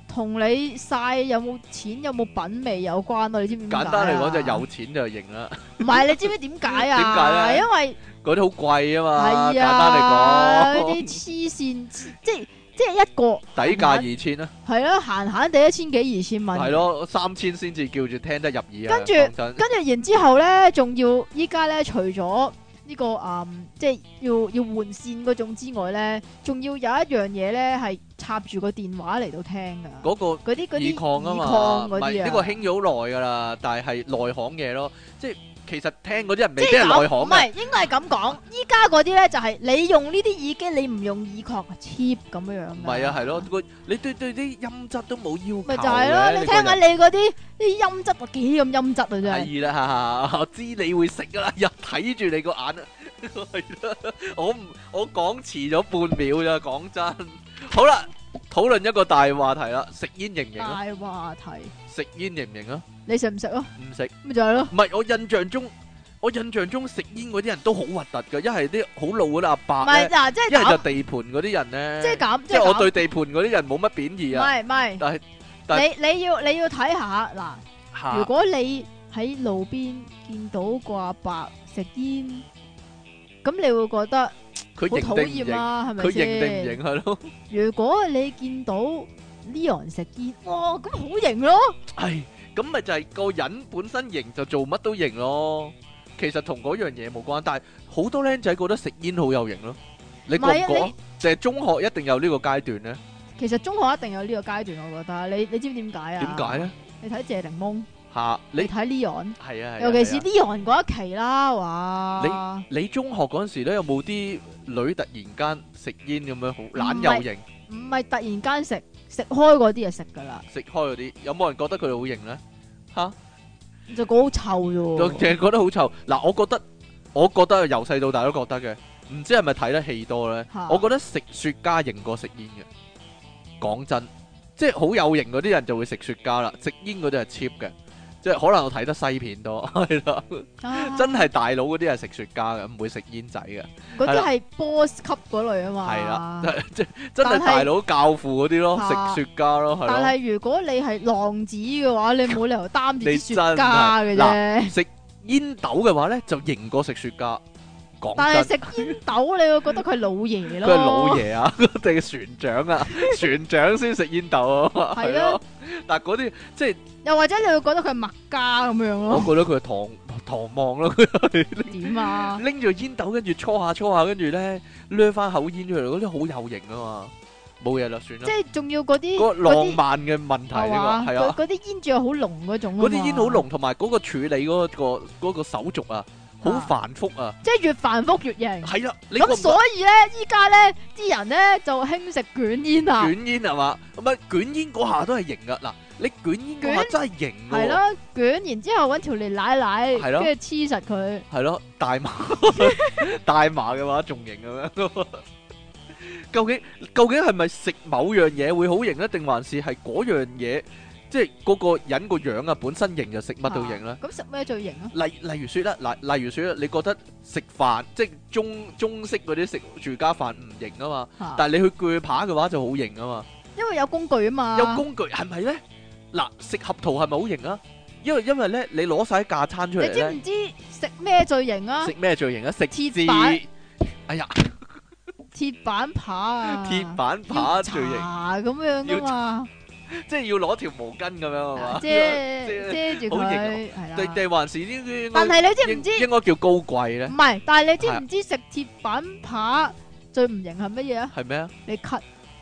同你晒有冇錢有冇品味有關咯，你知唔知點解啊
簡單嚟講就，有錢就型啦，
唔係你知唔知點解啊？
點解咧
因為
嗰啲好貴啊嘛，
係
簡單
啊，
嚟
啲
講，
黐線，黐即係即係一個
底價二千啦。
係咯，閒閒地一千幾二千蚊，
系。咯，三千先至叫做聽得入耳啊！
跟住
講真，
跟住然之後咧，仲要依家咧，除咗呢、個嗯，即係要要換線嗰種之外咧，仲要有一樣嘢咧係插住個電話嚟到聽噶。
嗰個
嗰啲嗰
耳
啲
擴啊嘛，
耳
唔
擴嗰
係
啲啊，
呢個興咗好耐噶啦，但係係內行嘢咯，即係其實聽嗰啲人未
即
必係
係咁
內行
唔
嘅，
係應該係咁講。依家嗰啲咧就係你用呢啲耳機，你唔用耳擴啊 cheap 咁樣樣㗎。
唔係啊，係咯，個你對對啲音質都冇要求
咪就
係
係咯，你聽下你嗰啲啲音質啊，幾咁音質啊真係。
係啦哈 哈，我知你會識噶啦， 又睇住你個眼啊， 係啦，我唔我講遲咗半秒咋，講真，好啦，討論一個大話題啦，食煙型唔型啊？
大話題，
食煙型唔型啊？
你食唔食啊？
唔食。
咪就係咯，
唔係，我印象中，我印象中食煙嗰啲人都好核突噶，一係啲好老嗰啲阿
唔
伯
係
咧，
嗱，即係
一係就
咁，
地盤嗰啲人咧。
即係咁，
即係我
咁
對地盤嗰啲人冇乜貶義
唔
啊，
係唔係。
但係但
你你要你要睇下嗱，
嚇
如果你喺路邊見到個阿伯食煙，咁你會覺得
佢
好
認
討
定唔
厭
認？
啊，係咪
佢認定唔
先？
認係咯？
如果你見到 Leon 食煙，哇，咁好型咯！
唉，咁咪就係個人本身型就做乜都型咯。其實同嗰樣嘢冇關，但係好多僆仔覺得食煙好有型咯。你覺唔
唔係
覺
啊
啊？就係中學一定有呢個階段咧。
其實中學一定有呢個階段，我覺得。你你知唔知點解啊？
點解？咧？
你睇謝檸檬，
嚇
你
你
睇 Leon，
係啊，係啊
尤其是
係啊
Leon 嗰一期啦，哇！
你中學嗰陣時咧，有冇啲女突然間食煙咁樣好懶有型，
唔係突然間食食開嗰啲就食噶啦，
食開嗰啲，有冇人覺得佢哋好型咧？嚇，
就覺得好臭啫
就
喎。
淨係覺得好臭。嗱，我覺得，我覺得由細到大都覺得嘅。唔知係咪睇得戲多咧？
嚇
我覺得食雪茄型過食煙嘅，講真，即係好有型嗰啲人就會食雪茄啦，食煙嗰啲係 cheap 嘅，即係可能我睇得西片多，係啦，
啊
真係大佬嗰啲係食雪茄嘅，唔會食煙仔嘅，
嗰
係
啲
啦
係 boss 級嗰類啊嘛。
係啦，即係真
但
係
係
大佬教父嗰啲咯，
嚇
食雪茄咯，係
但
咯，
係如果你係浪子嘅話，你冇理由擔住
你
啲雪
真
茄
係
嘅啫。
煙斗嘅話咧就型過食雪茄，講
但
真
係。食煙斗，你會覺得佢係老爺咯。
佢係老爺啊， 佢哋嘅船長 啊，船長先食煙斗啊嘛，
係
係
啊
咯。但係嗰啲即係，
又或者你會覺得佢係墨家咁樣
我
咯？
覺得佢係唐唐望咯，佢
點啊？
拎住煙斗，跟住搓下搓下，跟住咧掠翻口煙出嚟，嗰啲好有型啊嘛。冇嘢啦，算啦
即。係仲要嗰啲
嗰個浪
嗰啲
漫嘅問題
係
呢
嘛？
個係啊
嗰，嗰啲煙仲有好濃嗰種啊嘛
嗰啲煙好，濃，同埋嗰個處理嗰個嗰個手續啊，好
啊
繁複啊。
即係越繁複越 型。
係啊，你
咁
個
所以咧，依家咧啲人咧就興食卷煙啊，
捲煙係嘛？唔係捲煙嗰下都係型噶。嗱，你捲煙嗰下真係型㗎
係
喎。
咯卷，然之後揾條嚟奶奶，
係咯
跟住黐實佢。
系咯，大 麻大麻嘅話仲型咁樣。究竟究竟係咪食某樣嘢會好型咧，定還是係嗰樣嘢，即係嗰個人個樣啊，本身型就食乜都型咧
啊？咁食咩最型啊？
例例如说啦，例例如说啦，你覺得食飯即係中中式嗰啲食住家飯唔型啊嘛，
嚇
但係你去鋸扒嘅話就好型啊嘛。
因為有工具啊嘛。
有工具係咪咧？嗱，食合桃係咪好型啊？因為因為咧，你攞晒啲架餐出
你
嚟
知
咧，
唔知食咩最型啊
食？咩最型啊？食
鐵
字。
板
哎呀！
鐵板扒啊，
鐵板扒最型，
要搽咁樣噶嘛，
即係要攞條毛巾咁樣啊嘛，
遮遮住
好型啊
佢係啦。
定定還是應應
但
該
係你知
應
唔知？
應該叫高貴咧
唔？係，但係你知唔知食鐵板扒最唔型係乜嘢啊？
係咩啊？
你咳，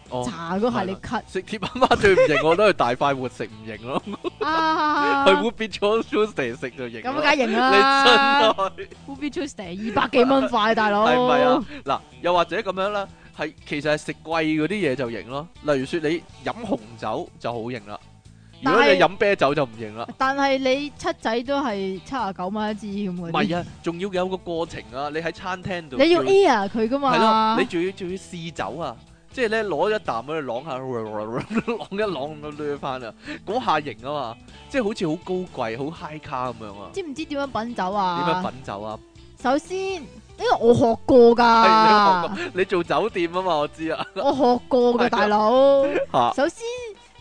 哦，
搽嗰下 你咳
食鐵板花最唔型，我都係大快活食唔型咯，
啊，
去
咁
Whoopie Joe Tuesday 食就型
梗
咯。
係型
你
啦。
真係
Ubi Tuesday 二百幾蚊塊，大佬
係咪啊？？嗱，又或者咁樣啦，係其實係食貴嗰啲嘢就型咯，例如說你飲紅酒就好型啦，如果你
但係
飲啤酒就唔型啦。
但係你七仔都係七啊九蚊一支咁
唔
嗰啲，
係啊，仲要有個過程啊，你喺餐廳度
你要
叫
air 佢噶
係
嘛
咯，你？仲要仲要試酒啊！即係咧攞一啖喺度啷下， 啷一啷咁樣掠翻啊！嗰下型啊嘛，即係好似好高貴、好 high 卡咁樣啊！
知唔知點樣品酒
點
啊？
樣品酒啊？
首先呢個我學過
係
㗎，
你做酒店啊嘛，我知 啊
我學過
係啊
㗎，大佬。
嚇
首先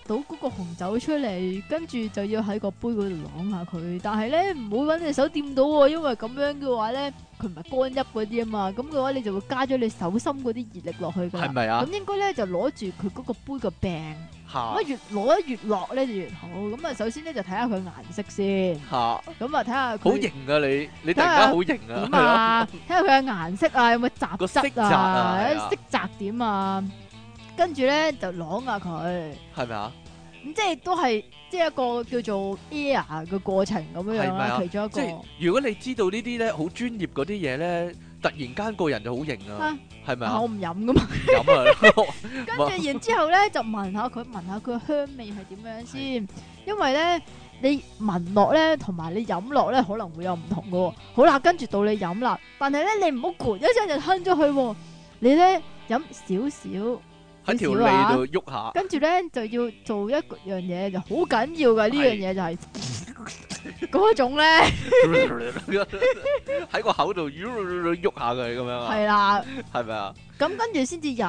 倒嗰個紅酒出嚟，跟住就要喺個杯嗰度啷下佢。但係咧唔好揾隻手掂到喎，因為咁樣嘅話咧，佢唔係乾邑嗰啲啊嘛。咁嘅話你就會加咗你手心嗰啲熱力落去㗎
係
啦。
咪啊
咁應該咧就攞住佢嗰個杯個柄，咁
嚇
啊越攞越落咧就越好。咁啊首先咧就睇下佢顏色先，
嚇，好
咁啊睇下佢
型啊你！你突然間好型啊
點
係咯，
啊？睇下佢嘅顏色啊，有冇雜
個色
質
澤啊係啊
色澤點啊？跟住咧就啷下佢，
係咪啊？
咁即係都係即係一個叫做 air 嘅過程咁樣樣
係咪
啦
啊，
其中一
即係
個。
如果你知道呢啲咧好專業嗰啲嘢咧，突然間個人就好型啊，係咪
但
啊
我？唔飲 噶嘛，
唔飲啊！
跟住然之後咧就聞下佢，聞下佢嘅香味係點樣先，因為咧你聞落咧同埋你飲落咧可能會有唔同嘅喎。好啦，跟住到你飲啦，但係咧你唔好咕一聲就吞咗佢喎，你咧飲少少。
喺條脷度喐下。
跟住咧就要做一樣嘢就好緊要嘅，呢樣嘢 就係嗰種咧，
喺個口度喐下佢咁樣啊，
係啦，
係咪啊？
咁跟住先至飲，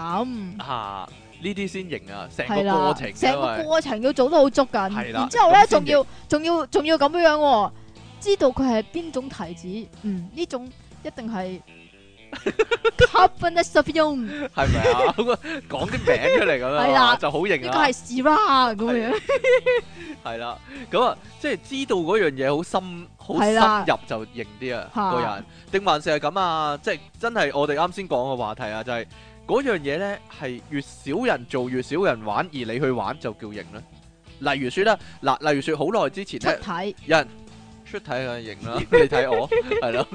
啊，呢啲先型啊，成個
係啦
過，程
成
因為
個過程要做得好足
係
緊，
啦
然之後咧
咁先
仲要仲要仲要咁樣樣喎，知道佢係邊種提子，嗯，呢種一 定係 Cabernet Sauvignon，呢
係咪啊？ 講啲名出嚟咁
係
樣啊
啦
就好型
個
啊
係，Syrah 咁樣，
係啦。咁啊，即係知道嗰樣嘢好深，好
係啦
深入就型啲啊，
嚇
個人。定還是係咁啊？即係真係我哋啱先講嘅話題啊，就係嗰樣嘢咧係越少人做，越少人玩，而你去玩就叫型啦。例如説啦，嗱，例如説好耐之前
出
咧。
體
有人出體嘅型 啦，你睇我 係咯。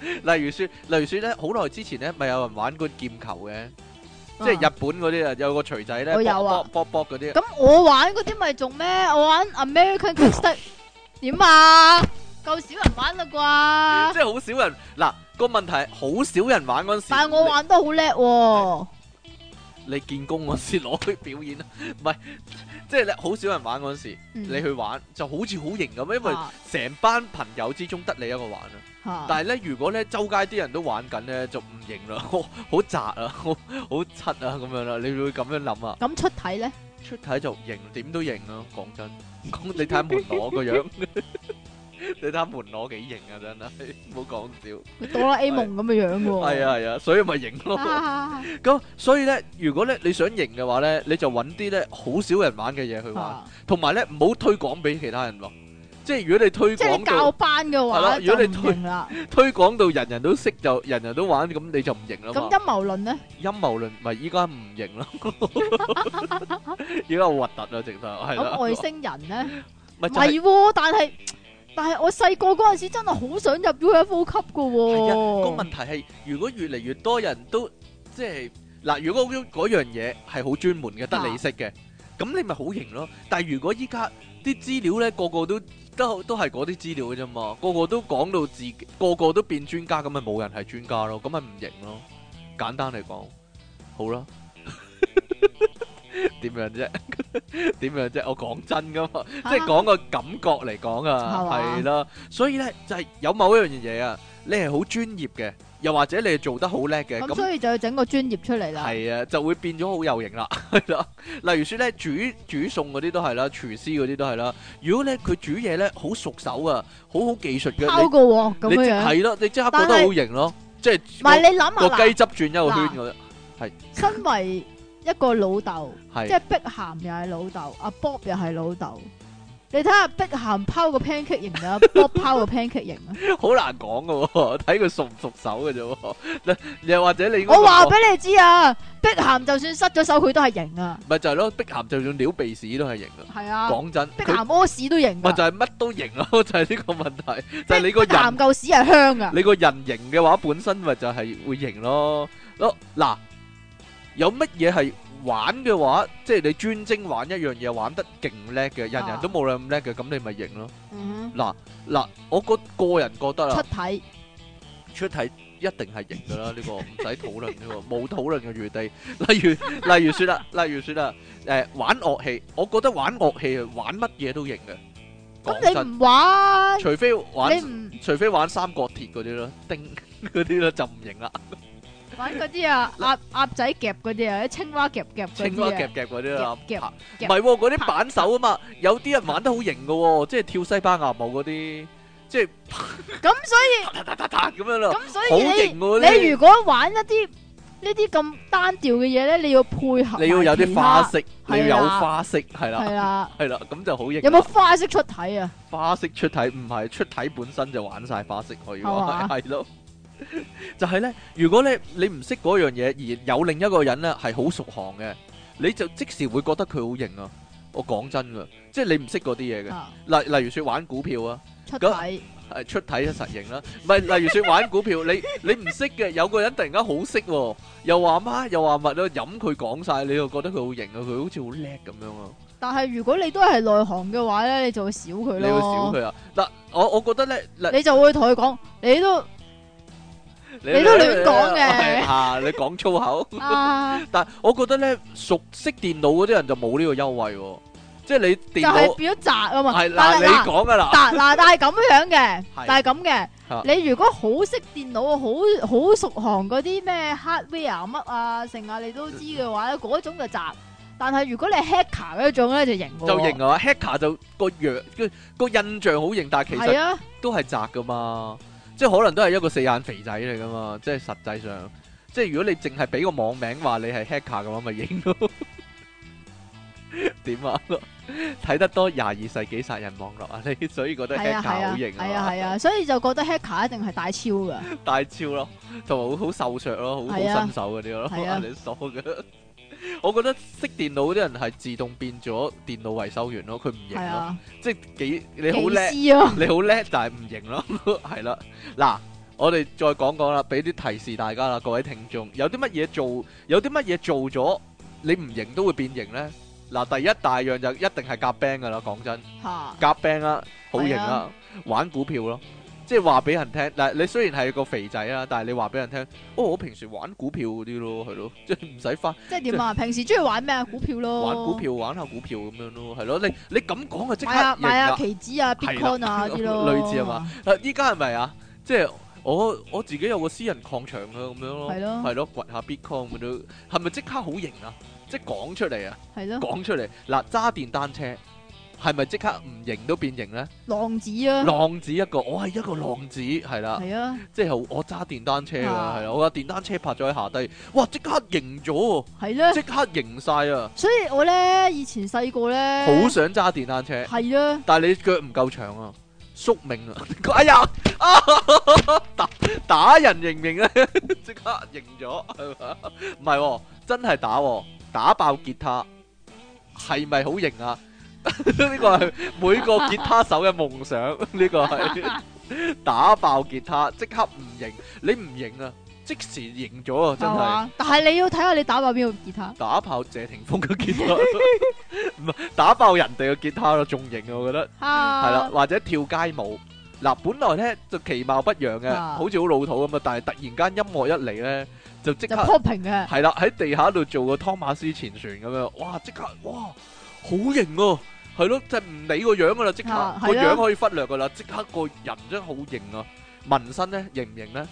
例如説，例如説咧，好耐之前咧，咪有人玩過劍球嘅，即係
啊
日本嗰啲啊，有個錘仔咧，
我有啊
卜卜卜卜嗰啲，
咁我玩嗰啲咪仲咩？我玩 American Kickstand 點啊？夠少人玩啦啩？
即係好少人嗱個問題係好少人玩嗰陣時，
但係我玩得好叻喎，
你你見工嗰陣時攞去表演啊， 唔係即係你好少人玩嗰陣時，
嗯
你去玩就好似好型咁，因為
啊
成班朋友之中得你一個玩啊。
嚇
但係咧，如果咧周街啲人都玩緊咧，就唔型啦， 好好窄啊， 好好柒啊咁樣啦，你會咁樣諗啊？
咁出體咧，
出體就型，點都型啊！講真， 講你睇下門羅個樣， 你睇下門羅幾型啊！真係 唔好講笑。
佢哆啦 A 夢咁嘅樣喎。
係啊係啊，所以咪型咯。
哦 啊，
咁所以咧，如果咧你想型嘅話咧，你就揾啲咧好少人玩嘅嘢去玩，
啊
同埋咧唔好推廣俾其他人喎。即係如果你推
即係你
廣
教
到
班嘅
係啦
話，
如果你啊
就唔
推
明啦。
推廣到人人都識就人人都玩，咁你就唔型啦
咁
嘛。
陰謀論咧，
陰謀論咪依家唔型咯， 依家好核突啊，直頭係啦
咁，外星人咧，
咪
唔
就係
係喎，但係但係我細個嗰陣時真係好想入 UFO 級嘅
係啊個
喎。
問題係，如果越嚟越多人都即係嗱，如果嗰嗰樣嘢係好專門嘅，得你識嘅，咁你咪好型咯。但係如果依家啲資料咧，個個都都都係嗰啲資料嘅啫嘛，個個都講到自己，個個都變專家，咁咪冇人係專家咯，咁咪唔型咯。簡單嚟講，好啦。 點樣啫？點樣啫？我講真噶嘛，即係講個感覺嚟講啊，
係嘛
係啦。所以咧就係有某一樣嘢啊，你係好專業嘅，又或者你係做得好叻嘅，
咁
咁
所以就要整個專業出嚟啦。
係啊，就會變咗好有型啦， 係啦。例如說咧，煮煮餸嗰啲都係啦，廚師嗰啲都係啦。如果咧佢煮嘢咧好熟手啊，好好技術嘅，
拋
你
個鑊咁
你即
樣樣，
係咯，你即刻覺
但
得
係
好型咯，即係
唔係你諗
個
下
雞
嗱，
汁轉一個圈
嗱
咁樣，
身為一個老豆，即
係
係碧咸又係老豆，阿 Bob 又係老豆。你睇下碧咸拋個 pancake 型 唔型啊，Bob 拋個 pancake 型啊！
好難講噶， 睇佢熟唔熟手嘅啫喎。 又或者你應該
我話
咁講
俾你知啊，碧咸就算失咗手，佢都係型啊，
咪就係咯，碧咸就算撩鼻屎都係型啊。
係啊，
講真，
碧
佢
咸屙屎都型
咪
㗎，
就係乜都型咯， 就係呢個問題，就係你個
碧咸
人
嚿屎係香㗎，
你個人型嘅話，本身咪就係會型咯。咯嗱，有乜嘢係玩嘅話，即係你專精玩一樣嘢，玩得勁叻嘅，人人
啊
都冇你咁叻嘅，咁你咪型咯。
嗯
嗱嗱，我個個人覺得
哼
啊
出。體
出體一定係型噶啦，呢個唔使討論呢個， 冇討論嘅餘地。例如例如説啦，例如説啦，誒玩樂器，我覺得玩樂器啊，玩乜嘢都型嘅。講真，
咁你唔玩，
除非玩
你唔
除非玩三角鐵嗰啲咯，叮 嗰啲咯就唔型啦，
玩嗰啲啊，鴨鴨仔夾嗰啲啊，啲青蛙夾夾嗰
青蛙
啲
夾
啊，
夾嗰啲啦。
夾夾
唔係喎，嗰啲板手啊嘛，有啲人玩得好型嘅喎，即係跳西班牙舞嗰啲，即係
咁所以
嗒嗒嗒嗒嗒咁樣咯，
咁所
哦好
以你
型喎嗰
你
啲。
如果玩一啲呢啲咁單調嘅嘢咧，你要配合，
你要有啲花，式，啊你要
係
有
啦
花式，係啦
係， 啦，
係啦，咁就好型啦。
有冇花式出體啊？
花式出體唔係出體本身就玩晒花式，可以話
係 嘛
係咯。就係呢，如果咧你唔識嗰樣嘢，而有另一個人呢係好熟行嘅，你就即時會覺得佢好型啊！我講真噶，即係你唔識嗰啲嘢
啊
嘅，例例如説玩股票啊，
出體
係出體就實型啦。唔係，例如説玩股票，你 你唔識嘅，有個人突然間好識喎，又話乜又話物咯，飲佢講晒，你又覺得佢好型啊，佢好似好叻咁樣啊！
但係如果你都係內行嘅話咧，你就會少佢
你會少
咯，
佢啊？嗱，我我覺得咧，嗱。
你就會同佢講，你都你都亂講嘅
係啊！你講粗口，
啊，
但係我覺得咧，熟悉電腦嗰啲人就冇呢個優惠喎，即係你
就
電
係
腦
變咗宅啊嘛。
係嗱，
但
你
係嗱
講噶啦，
但 嗱，但係咁樣嘅
係，
但係咁嘅
啊，
你如果好識電腦，好好熟行嗰啲咩 hardware 乜啊，成啊，你都知嘅話咧，嗰種就雜。但係如果你係 hacker 嗰種咧，就型喎
就型啊！hacker 就個樣個個印象好型，但係其
係
實
啊，
都係宅噶嘛，即係可能都係一個四眼肥仔嚟噶嘛，即係實際上，即係如果你淨係俾個網名話你係 hacker 嘅話，咪影咯。 點啊？睇得多廿二世紀殺人網絡啊，你所以覺得 hacker
係啊，係
好
啊，
型
係啊，
嘛
係啊，所以就覺得 hacker 一定係大超噶，
大超咯，同埋好好瘦削咯，好好
係啊
新手嗰啲咯，
係啊
你傻嘅。我覺得識電腦嗰啲人係自動變咗電腦維修員咯，佢唔型
係
咯，
啊，
即係幾你好叻，
技師 啊，
你好叻，但係唔型咯， 係啦。嗱，我哋再講講啦，俾啲提示大家啦，各位聽眾，有啲乜嘢做，有啲乜嘢做咗，你唔型都會變型咧。嗱，第一大樣就一定係夾 band 噶啦，講真。
嚇啊
夾 band 啦，好型啦。啊玩股票咯，即係話俾人聽嗱，你雖然係個肥仔啦，但係你話俾人聽，哦，我平時玩股票嗰啲咯，係咯， 即係唔使翻
即係點啊？平時中意玩咩啊？股票咯，
玩股，票玩下股票咁樣咯，係咯，你你咁講啊，即刻
買啊
型
買啊
啦！
期指啊
係啦
Bitcoin 啊啲咯，
類似係嘛？啊依家係咪啊？即係我我自己有個私人礦場啊，咁樣咯，
係咯
係咯，掘下 Bitcoin 咁都係咪即刻好型啊？即係講出嚟啊，
係咯，
講出嚟嗱，揸電單車係咪即刻唔型都變型咧？
浪子啊，
浪子一個，我係一個浪子，係啦，
係啊，
即係我揸電單車啊，
啊
係啦，我架電單車泊咗喺下低，哇！即刻型咗
係
喎，
咧。
即刻型晒啊！
所以我咧以前細個咧，
好想揸電單車，
係啊，
但係你腳唔夠長啊，宿命啊！ 哎呀，啊打打人認唔認咧？ 即刻認咗係嘛？唔係喎，真係打喎，打爆吉他係咪好型啊？ 呢個係每個吉他手嘅夢想， 呢個係打爆吉他即刻唔型，你唔型啊，即時型咗啊，真
係
係。
嘛？但係你要睇下你打爆邊個吉他，
打爆謝霆鋒嘅吉他， 唔係打爆人哋嘅吉他咯，仲型啊，我覺得。
係
係啦，，或者跳街舞。嗱，本來咧就其貌不揚嘅，
啊
好似好老土咁啊，但係突然間音樂一嚟咧，就即
就
刻
popping 嘅，
係啦，喺地下度做個湯馬斯前旋咁樣，哇！即刻哇，好型啊！係咯，就唔理個樣噶啦，即刻
啊
個
係啊
樣可以忽略噶啦，即刻個人真係好型啊！紋身咧型唔型咧？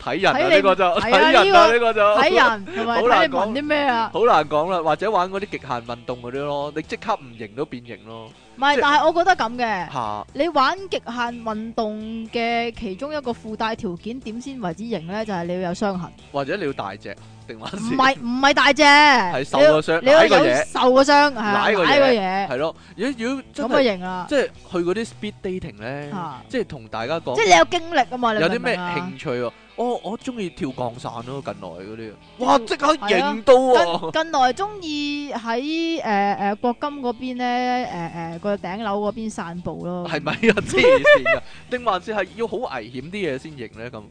睇人啊，
睇你
呢個就
係啊
睇人啊，
呢個
呢個就
睇人同埋
好難
睇你聞啲咩啊？
好難講啦，或者玩嗰啲極限運動嗰啲咯，你即刻唔型都變型咯，
唔係
即，係
但係我覺得咁嘅，
嚇
你玩極限運動嘅其中一個附帶條件點先為之型咧，就係你要有傷痕，
或者你要大隻定還
唔
是？
係唔係大隻，
係
係
受個傷，
你要
舐個
有
嘢，
受個傷，係啊
舐個嘢
舐個嘢，
係咯。如果如果真
咁就
係
型啦
即。係去嗰啲 speed dating 咧，
啊
即係同大家講
即係你有經歷啊嘛，你
有
明
啲
唔
咩
明啊？
興趣喎。我我中意跳降傘咯，近來嗰啲，哇！
跳
即刻
係啊
型到喎，
近來中意喺诶诶国金嗰邊咧，诶诶個頂樓嗰邊散步咯。
係咪啊？黐線啊！定還是係要好危險啲嘢先型咧？咁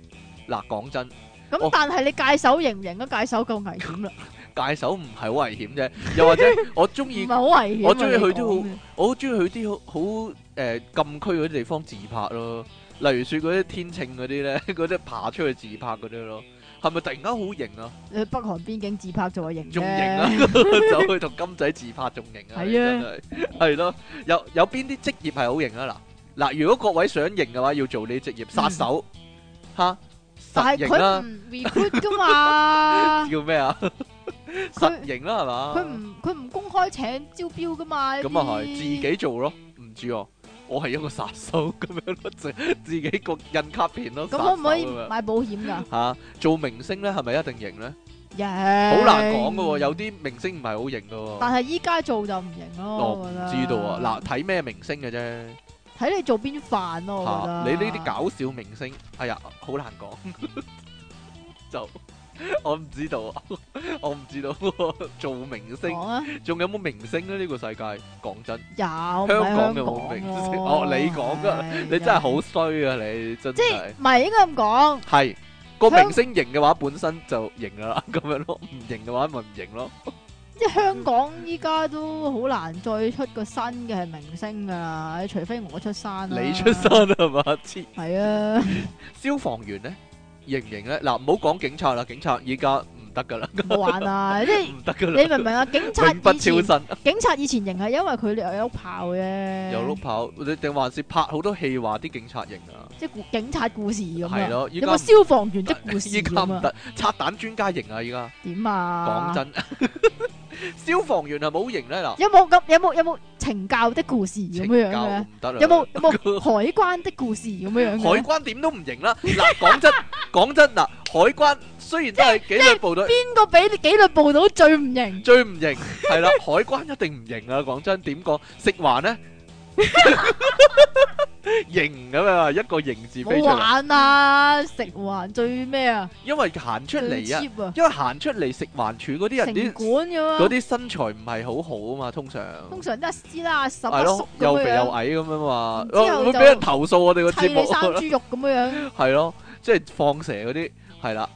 嗱，講真，哦
咁但係你戒手型唔型啊？戒手夠危險 啦，
戒手唔係好危險啫。又或者我中
唔
意
係，好危險啊。
我鍾意去啲
你講嘅
我好中意去啲好好誒禁區嗰啲地方自拍咯。例如説嗰啲天秤嗰啲咧， 嗰啲爬出去自拍嗰啲咯，係咪突然間好型啊？
你去北韓邊境自拍就話型
仲型啊
啫。！
走去同金仔自拍仲型啊！
係啊
你真係，係咯，有有邊啲職業係好型啊？嗱嗱，如果各位想型嘅話，要做呢啲職業，殺手吓，
嗯但
實
係
型
佢
啦
唔，recruit 噶嘛，
叫咩啊？實型啦，係嘛？
佢唔佢唔公開請招標噶嘛。呢啲
咁啊係，自己做咯，唔知哦。我係一個殺 手咁樣咯，自自己個印卡片咯，
咁可唔可以
殺手咁樣
買保險 㗎？
吓做明星咧，係咪一定型咧？
好
好難講噶喎，有啲明星唔係好型噶喎
但。係依家做就唔型咯，
我
我
唔
覺得。
知道啊，嗱，睇咩明星嘅啫。
睇你做邊飯咯，我覺得。
嚇你呢啲搞笑明星，哎呀，好難 講，就我唔知道啊，我唔 知道做明星
講啊，
仲有冇明星咧？呢個世界講真，
有香
港嘅冇
冇
明星哦你講㗎你真
Dạ.
係好衰啊！你真
即係
係
唔係應該咁講？
係個
香
明星型嘅話，本身就型㗎啦， 咁樣咯；唔型嘅話，咪唔型咯。
即係香港依家都好難再出個新嘅係明星㗎啦，除非我出山啦。
你出身係嘛？黐
係啊，
消防員咧，型唔型咧？嗱，唔好講警察啦，警察依家唔得㗎啦，
唔好玩啊！即係
唔得㗎
你
啦，
明 唔明啊？警察
永不
以
超
前
生。
警察以前型係因為佢哋有碌炮嘅，
有碌炮，你定還是拍好多戲話啲警察型啊？
即係故警察故事咁
係
啊。
咯，依
有
家
個
唔
消防員的 故事
依家
咁
唔
啊？
得，拆彈專家型啊！依家
點啊？
講 真，消防員係咪好型咧嗱，
有冇咁有冇有冇懲教的故事咁樣樣
教
嘅
唔？得啦，啊
有冇 有冇海關的故事咁樣樣
海
嘅？
關點都唔型啦？嗱，講 真講真嗱，海關雖然都係紀律部隊。
邊個俾紀律部隊最唔型？
最唔型係 啦，海關一定唔型啊！講真，點講食環咧型咁啊，一個型字飛
冇
出嚟，
玩啊！食環最咩啊？
因為行出
最
嚟啊，
cheap 啊！
因為行出嚟食環署嗰啲人
城
啲
管咁
嗰
啊！
啲身材唔係好好啊嘛，通常
通常都係師啦，十
係
八
咯
叔，
又
咁
肥又
樣
矮咁樣嘛，
然之後
哦會
就
俾人投訴我哋個
樣，砌
節目
你三豬肉 咁樣樣，
係咯，即係放蛇啊嗰啲係啦，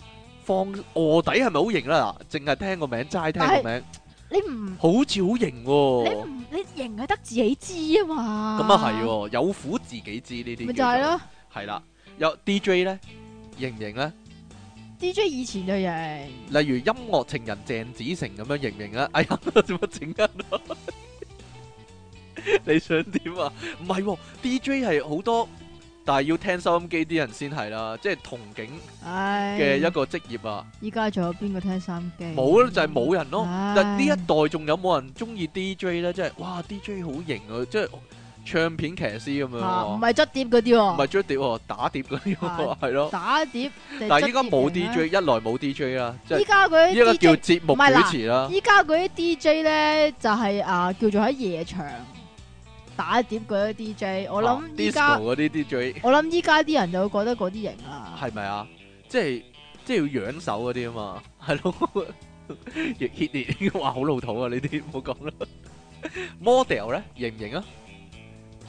放卧底係咪好型啦？嗱，淨係聽個名，齋聽個名，
你唔
好似好型
你
喎。
唔你型係得啊自己知啊嘛。
咁啊係，喎，有苦自己知呢啲。
咪就係。咯。
係啦，有 DJ 咧，型唔型咧？
DJ 以前就型，
例如音樂情人鄭子誠咁樣型唔型啊？ 哎呀，做乜整人啊？你想點啊？唔係喎，DJ 係好多，但係要聽收音機啲人先係啦，即係同景
唉
嘅一個職業啊。
依家仲有邊個聽三機？
冇啦，就係冇人咯。
唉
但呢一代仲有冇人中意 DJ 咧？即係哇，DJ 好型啊！即係唱片騎師咁樣
啊，唔
喎，
係捽碟嗰啲
唔係
喎，
追碟喎，打碟嗰啲喎
啊
係咯。
打碟。
但係依家冇
定係捽
DJ，一來冇 DJ 啦，即
碟
係
型啊。依家嗰
依家
啲
叫
DJ，
節目
唔係嗱
主持啦。
依家嗰啲 DJ 咧就係啊叫做喺夜場打碟嗰啲 DJ。我
啊
諗依
disco
家
嗰啲 DJ
我諗依家啲人就會覺得嗰啲型啦。
係咪啊？即係即係要養手嗰啲啊嘛，係咯。 亦 hit 啲，哇好老土啊！呢啲唔好講啦。model 咧型唔型啊？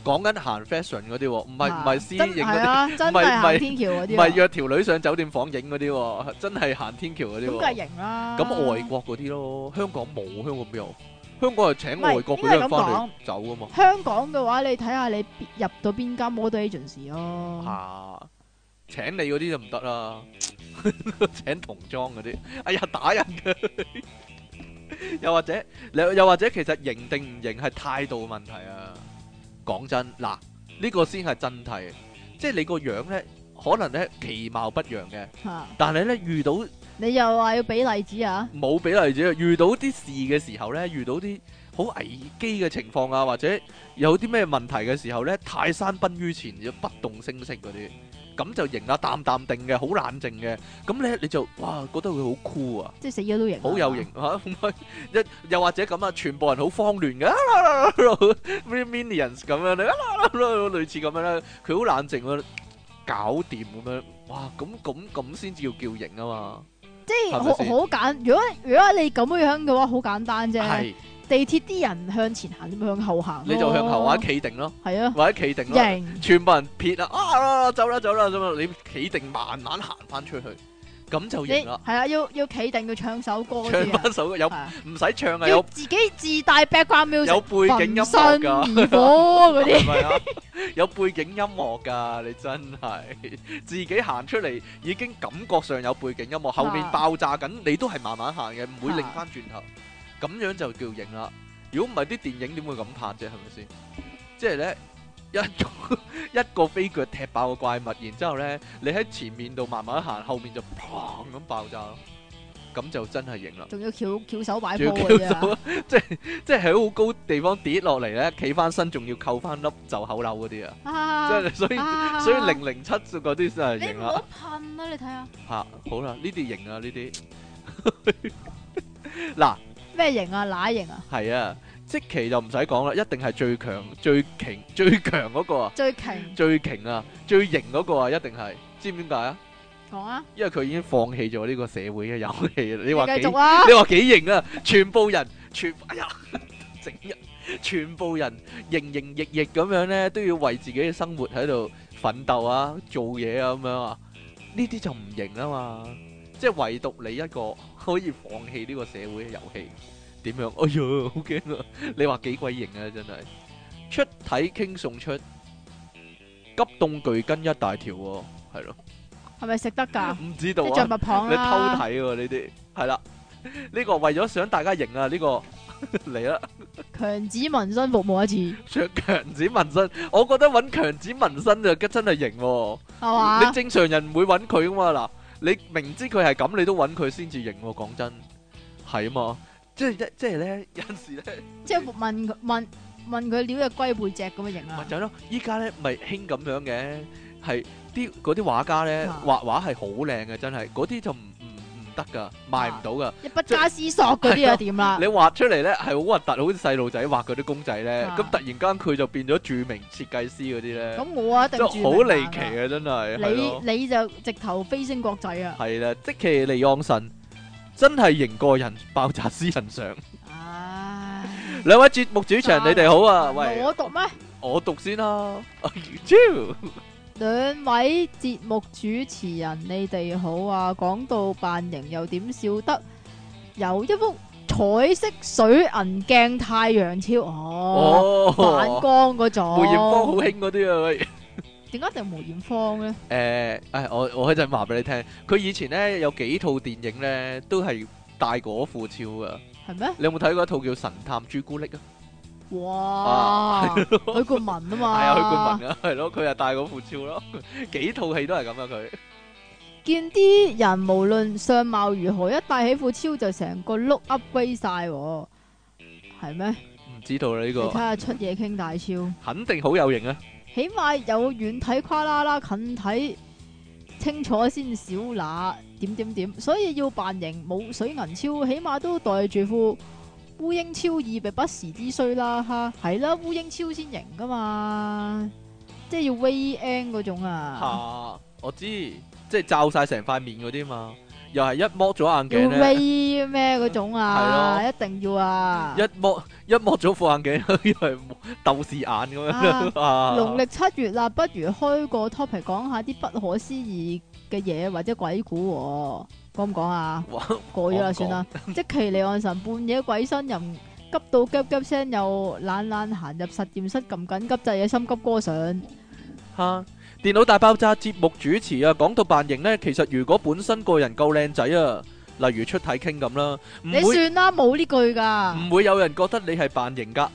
講緊行 fashion 嗰啲喎，唔係唔係私
真
影
係
嗰啲，
啊，真
唔係唔
係
係
行天橋嗰
唔
啲啊，
係約條女上酒店房影嗰啲喎，真係行天橋嗰啲
咁梗係
喎。
型啦。
咁外國嗰啲咯，香港冇，香港邊有？香港係請外國嗰
唔係
啲
應該係
人
咁
翻嚟走噶嘛。
香港嘅話，你睇下你邊入到邊間 model agency 咯。
啊，請你嗰啲就唔得啦， 請童裝嗰啲，哎呀打人嘅，又或者又又或者其實型定唔型係態度問題啊。講真，嗱呢個先係真題，即係你個樣呢，可能呢其貌不揚 嘅，
嚇，
但係呢遇到
你又話要俾例子啊？
冇俾例子，遇到啲事嘅時候呢，遇到啲好危機嘅情況啊，或者有啲咩問題嘅時候呢，泰山崩於前，要不動聲色嗰啲，咁就型啦，淡淡定嘅，好冷靜嘅，咁呢，你就哇覺得佢好酷啊，
即係死咗都型啊，
好有型嚇，唔係一又或者咁啊，全部人好慌亂嘅，啊啦啦啦啦咩 minions 咁樣咧，啊啦啦啦類似咁樣啦，佢好冷靜啊，搞掂咁樣，哇咁咁咁先至叫叫型啊嘛，
即係
係
好
咪先
好簡。如果如果你咁樣嘅話，好簡單啫。
係
地鐵啲人向前行，你咪向後行咯。
你就向後或者企定咯。
係啊，
或者企定啦，
型
全部人撇啦，啊走啦走啦咁啊，你企定慢慢行翻出去，咁就
你
型啦。
係啊，要要企定要唱首歌
唱
先啊。
翻首有
係啊
唔使唱啊，
要
有
自己自帶 background music。
有背景音樂
焚身
噶，
而火嗰啲
係咪啊？有背景音樂噶，你真係自己行出嚟已經感覺上有背景音樂，後面
啊
爆炸緊，你都係慢慢行嘅，唔會擰
啊
翻轉頭，咁樣就叫型啦。如果唔係啲電影點會咁拍啫？係咪先？即係 咧。一個一個飛腳踢爆個怪物，然之後咧，你喺前面度慢慢行，後面就砰咁爆炸咯，咁就真係型啦。
仲要翹翹手擺
仲要
波啊嘅
翹手
啫，
即係喺好高地方跌落嚟咧，企翻身仲要扣翻粒袖口鈕嗰啲啊！即
啊
係所以
啊
所以零零七嗰啲真係
你
型啊
唔
啦
好噴啊啦，你睇下
吓，好啦，呢啲型啊呢啲嗱
咩型啊，乸型啊，
係啊，即期就唔使講啦，一定係最強最勁最強嗰個啊，
最勁
最勁啊，最型嗰個啊，一定係知唔知點解啊？
講啊，
因為佢已經放棄咗呢個社會嘅遊戲啦，你
你
話幾
繼續啊，
你話幾型啊？全部人全哎呀， 整人，全部人營營役役咁樣咧，都要為自己嘅生活喺度奮鬥啊，做嘢啊咁樣啊，呢啲就唔型啊嘛。即係唯獨你一個可以放棄呢個社會嘅遊戲，點樣？哎呀，好驚啊！你話幾鬼型啊？真係出體傾送出急凍巨根一大條喎，係咯，
係咪食 得㗎？
唔知道
即係
啊
着。物棒
你偷
啦，
睇喎呢啲，係啦，呢個為咗想大家贏啊，呢個 嚟啦，
強子紋身服務一次
着強子紋身，我覺得揾強子紋身就真係型喎，
係
你
嘛？
正常人唔會揾佢噶嘛，嗱，你明知佢係咁，你都揾佢先至型喎，講真，係啊嘛，即係即係咧， 有陣時咧。
即係問佢問問佢撩只龜背脊咁嘅型
咪
啊，
就係咯，依家咧咪興咁樣嘅，係啲嗰啲畫家咧
啊
畫畫係好靚嘅，真係嗰啲就唔唔唔得噶，賣唔到噶。
一不加思索嗰啲
係咯
又點啦
你？畫出嚟咧係好核突，好似細路仔畫嗰啲公仔咧，
啊
咁突然間佢就變咗著名設計師嗰啲咧，
咁我啊一定
真
住
係好離奇啊！真係係咯，
你你就直頭飛升國際啊！
係啦，即其利昂神真係型過人爆炸私人 相。
唉，
兩位節目主持人，你哋好啊！
唔係
喂，
我讀咩？
我讀先 啦。哦超
兩位節目主持人，你哋好啊！講到扮型又點笑得？有一幅彩色水銀鏡太陽超
哦，
哦，反光嗰種。
梅艷芳好興嗰啲啊喂。
點解一定梅艷芳咧？
誒，唉，我我一陣話俾你聽，佢以前咧有幾套電影咧都係戴嗰副超噶。
係咩？
你有冇睇過一套叫《神探朱古力》啊？
哇
啊！
許冠文啊
係
嘛，
啊，許冠文啊，係咯，佢又戴嗰副超 咯，幾套戲都係咁啊佢。
見啲人無論相貌如何，一戴起副超就成個 look upgrade 晒喎，係咩？
唔知道啦呢
你睇
個，
下出嘢傾大超，起
肯定好有型啊！
碼有遠睇跨啦啦，近睇清楚先少乸點點點，所以要扮型冇水銀超，起碼都袋住副烏蠅超以備不時之需啦哈，係啦，烏蠅超先型噶嘛，即係要 V N 嗰種啊，
嚇，我知，即係罩晒成塊面嗰啲嘛，又係一剝咗眼
要
鏡咧。
V 咩嗰種啊，
係
一定要啊。
一剝一剝咗副眼鏡，以為鬥視眼咁樣 啊！
农历七月啦，不如開個 topic 講下啲不可思議嘅嘢或者鬼故、喎，講唔講啊？
哇
過咗啦，
講
算啦。 即其利岸神半夜鬼身人，急到急急聲，又懶懶行入實驗室撳緊急掣，嘢心急歌上。
吓，電腦大爆炸節目主持啊，講到扮型呢，其實如果本身個人夠靚仔啊，例如出體傾咁啦，
你
唔會
算啦，冇呢句噶。
唔會有人覺得你係扮型噶。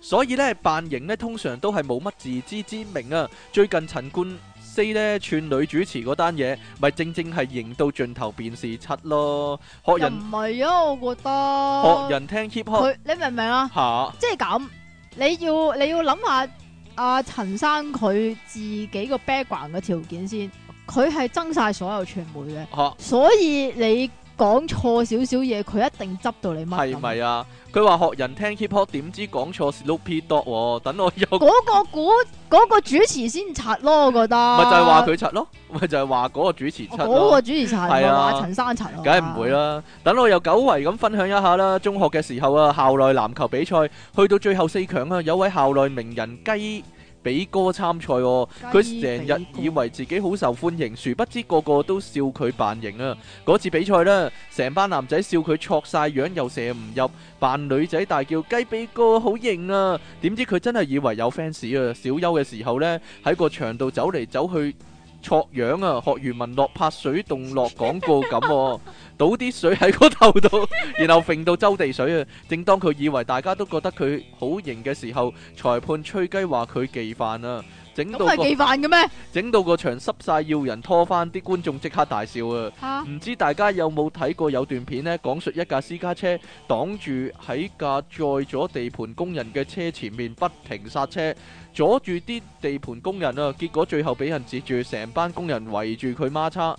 所以呢，扮型呢通常都係冇乜自知之明啊。最近陳冠希呢串女主持嗰單嘢，咪正正係型到盡頭便是七咯。學
又
人
唔係啊，我覺
學
得。
人聽 hip hop
佢你明唔明啊？
吓，
即係咁，你要你要諗下阿陳生佢自己個 background 嘅條件先，佢係憎晒所有傳媒嘅，
吓
所以你講錯少少嘢，佢一定執到你乜
係
咁。
咪啊？佢話學人聽 hip hop 點知講錯 Snoopy Dog，喎等我有。
嗰個估嗰、個主持先拆咯，我覺得。
咪就係話佢柒咯，咪就係話嗰個主持柒
嗰個
咯，
主持拆，
係啊
話陳生拆咯，
梗係唔會。啦。等我又久違咁分享一下啦，中學嘅時候啊，校內籃球比賽去到最後四強啊，有位校內名人雞比哥參賽喎。
啊
佢成日以為自己好受歡迎，殊不知個個都笑佢扮型啊！嗰次比賽呢，成班男仔笑佢錯晒樣又射唔入，扮女仔大叫雞髀哥好型啊！點知佢真係以為有 fans 啊！小休嘅時候呢，喺個場度走嚟走去。錯樣啊！學余文樂拍水動落廣告咁、喎，倒啲水喺個頭度， 然後揈到周地水啊！正當佢以為大家都覺得佢好型嘅時候，裁判吹雞話佢忌犯啊，整
咁
到
係
個
幾犯嘅咩？
整到個場濕晒，要人拖翻，啲觀眾即刻大笑啊！
嚇
唔知大家有冇睇過有段片呢？講述一架私家車擋住喺架載咗地盤工人嘅車前面，不停剎車，阻住啲地盤工人啊！結果最後俾人截住，成班工人圍住佢孖叉，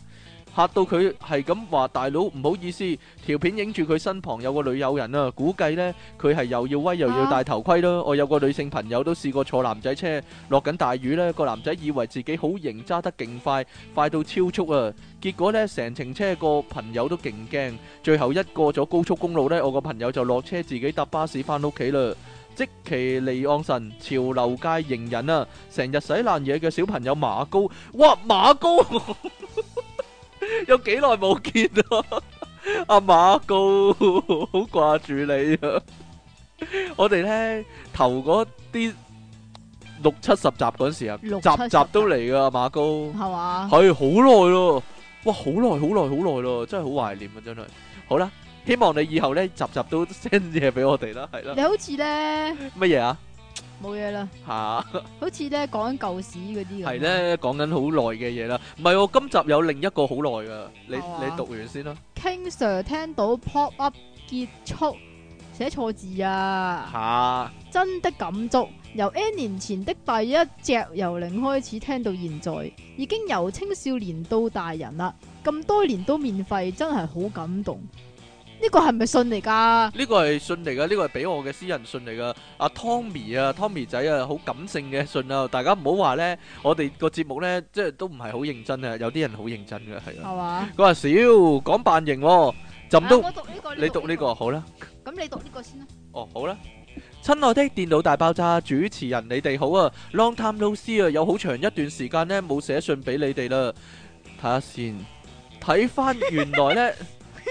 嚇到佢係咁話：大佬唔好意思，條片影住佢身旁有個女友人啊！估計呢，佢係又要威又要戴頭盔咯。我有個女性朋友都試過坐男仔車，落緊大雨呢，個男仔以為自己好型，揸得勁快，快到超速啊！結果呢，成程車個朋友都勁驚，最後一過咗高速公路呢，我個朋友就落車自己搭巴士翻屋企啦。即其離岸神潮流界型人啊，成日洗爛嘢嘅小朋友馬高，哇馬高， 有幾耐冇見啊？ 阿馬高，好掛住你啊！我哋呢，頭嗰啲六七十集嗰時啊，集
六
集
七十集啊
都嚟噶馬高。
嗯係嘛？
係好耐咯，哇，好耐好耐好耐咯，真係好懷念啊，真係。好啦，希望你以後咧集集都 send 嘢俾我哋啦，係啦。
你好似咧
乜嘢啊？
冇嘢啦，
吓，
好似咧講緊舊史嗰啲咁。
係咧講緊好耐嘅嘢啦。唔係喎，今集有另一個好耐噶，你
係嘛
你讀完先啦。
King Sir 聽到 pop up 結束，寫錯字啊！
吓，
真的感觸，由 N 年前的第一隻由零開始聽到現在，已經由青少年到大人啦，咁多年都免費，真係好感動。呢個係咪信嚟㗎？
呢個係信嚟噶，呢個係俾我嘅私人信嚟噶。阿 Tommy 啊，Tommy 仔啊，好感性嘅信啊！大家唔好話咧，我哋個節目咧，即係都唔係好認真啊。有啲人好認真嘅，係啊。
係嘛？
佢話少講扮型喎，朕都
啊我讀呢個
你讀呢個，好啦。
咁你讀呢個先 啦。
哦，好啦。親愛的電腦大爆炸主持人，你哋好啊！Long time no see 啊，有好長一段時間呢冇寫信俾你哋啦。睇下先，睇翻原來呢，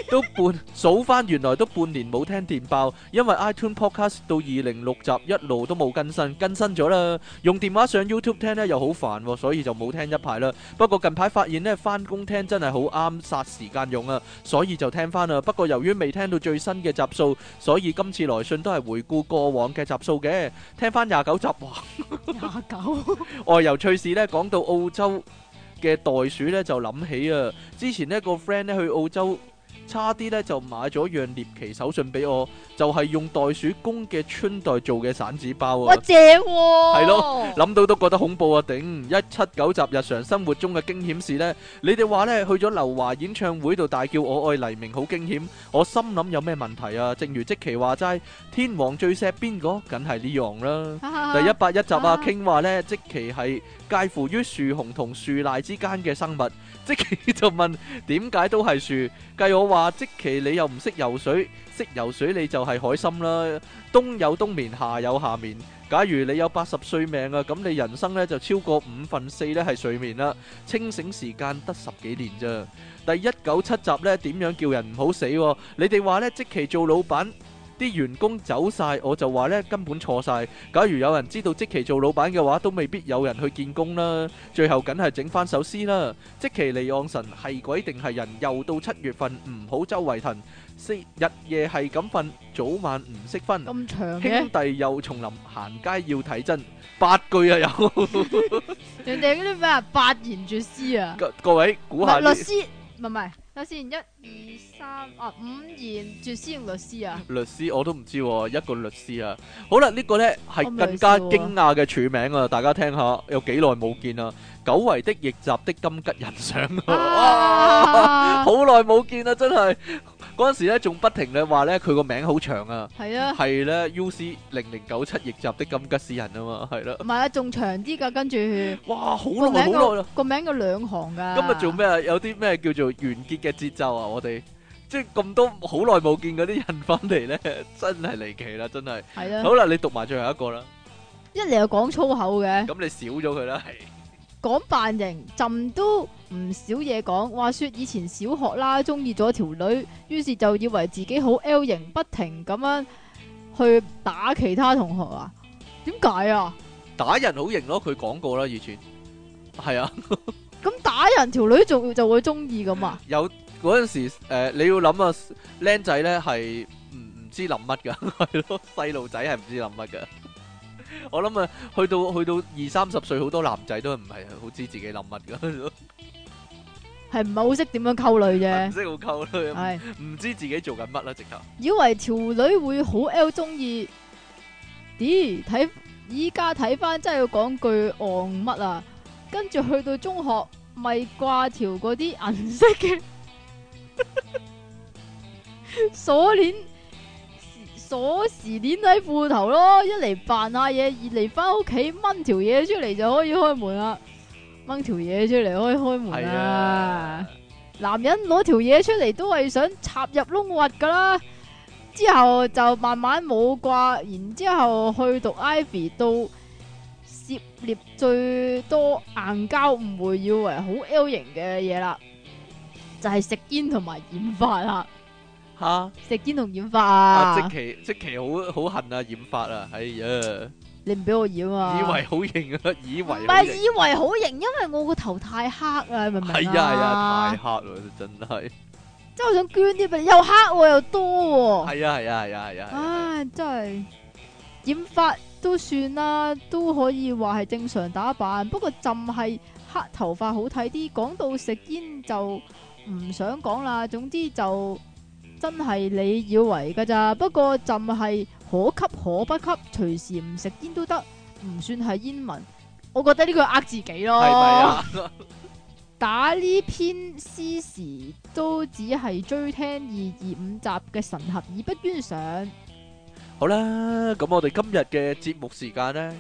都半數翻，原來都半年冇聽電爆，因為 iTune Podcast 到二零六集一路都冇更新，更新咗啦。用電話上 YouTube 聽呢又好煩喎，所以就冇聽一排啦。不過近排發現呢，翻工聽真係好啱殺時間用啊，所以就聽翻啦。不過由於未聽到最新嘅集數，所以今次來信都係回顧過往嘅集數嘅，聽翻廿九集，哇！
廿九，
外遊趣事咧，講到澳洲嘅袋鼠咧，就諗起啊，之前呢個 friend 咧去澳洲，差啲咧就買咗樣獵奇手信俾我，就係、用袋鼠公嘅穿袋做嘅散紙包
哇
啊！
正喎，
係咯，諗到都覺得恐怖啊！頂一七九集日常生活中嘅驚險事呢，你哋話呢，去咗劉華演唱會度大叫我愛黎明好驚險，我心諗有咩問題啊？正如即其話齋，天王最錫邊個，梗係呢樣啦。第一百一集啊
啊，
傾話呢，即其係介乎於樹熊同樹賴之間嘅生物。 即其就問點解都係樹？計我話即其你又唔識游水，識游水你就係海參啦。冬有冬眠，夏有夏眠。假如你有八十歲命啊，咁你人生呢就超過五分四呢係睡眠啦，清醒時間得十幾年咋。第一九七集呢點樣叫人唔好死、喎？你哋話呢，即其做老闆。啲員工走晒，我就話呢根本錯晒。假如有人知道即期做老闆嘅話，都未必有人去見工啦。最後梗係整翻首詩啦。即期離岸神係鬼定係人？又到七月份，唔好周圍騰，四日夜係咁瞓，早晚唔識分。
咁長
兄
嘅，
弟又重臨，行街要睇真。八句啊有，
人哋嗰啲咩啊八言絕詩啊，
各各位估下
律
呢
師唔係唔係，等先一二三啊五言絕詩用律 師啊，
律師我都唔知喎，一個律師啊。好啦，呢個呢
我
係
唔
更加
律師喎
驚訝嘅署名啊！大家聽下，有幾耐冇見啊？久違的逆襲的金吉人相啊！
啊
好耐冇見啦，真係嗰陣時咧，仲不停咧話咧佢個名好長啊，
係啊，
係咧 U C 零零九七逆襲的金吉斯人啊嘛，係啦，
唔係啊仲長啲㗎，跟住
哇，好
個
耐
名
好耐
個
啦，
個名個兩行㗎，
今日做咩啊？有啲咩叫做完結嘅節奏啊？我哋即係咁多好耐冇見嗰啲人翻嚟咧，真係離奇啦，真係。
係啊，
好啦，你讀埋最後一個啦，
一嚟又講粗口嘅。
咁你少咗佢啦，係
講扮型，朕都唔少嘢講。話說以前小學啦，中意咗條女，於是就以為自己好 L 型，不停咁樣去打其他同學啊。點解啊？
打人好型咯，佢講過啦，以前係啊。
咁打人條女仲就會中意咁啊？
有嗰阵时诶、呃你要諗啊，僆仔咧係唔唔知諗乜噶， 係咯，細路仔係唔知諗乜噶。我諗啊，去到去到二三十歲，好多男仔都唔係好知自己諗乜噶，
係唔係好識點樣溝女
唔
啫？
識好溝啦，
係
唔知自己做緊乜啦，直頭。
以為條女會好 L 中意，咦？睇依家睇翻真係要講句戇乜啊！跟住去到中學，咪掛條嗰啲銀色嘅 鎖鏈鎖匙鏈喺褲頭咯，一嚟扮下嘢，二嚟翻屋企掹條嘢出嚟就可以開門啦，掹條嘢出嚟可以開門
係
啦
啊。，
男人攞條嘢出嚟都係想插入窿核噶啦，之後就慢慢冇掛，然之後去讀 Ivy 到涉獵最多硬膠誤會，以為好 L 型嘅嘢啦，就係食煙同埋染髮啦，
吓
食煙同染髮
阿
啊
即，奇即奇好好恨啊，染髮啊，哎呀，
你唔俾我染啊，
以為好型啊，以為
唔
好
係
型，
以為好型，因為我個頭太黑啦，你明唔明
係啊係啊，太，黑啦，真係，
即係我想捐啲俾你，又黑喎又多喎。
係啊係啊係啊係啊係啊。
唉，真系染髮都算啦，都可以話係正常打扮。不過浸係黑頭髮好睇啲。講到食煙就唔想講啦。總之就真係你以為噶咋。不過浸係可吸可不吸，隨時唔食煙都得，唔算係煙民。我覺得呢個呃自己咯。
係咪啊？
打呢篇詩時都只係追聽二二五集嘅神合以不冤上。
好啦，咁我哋今日嘅節目時間呢，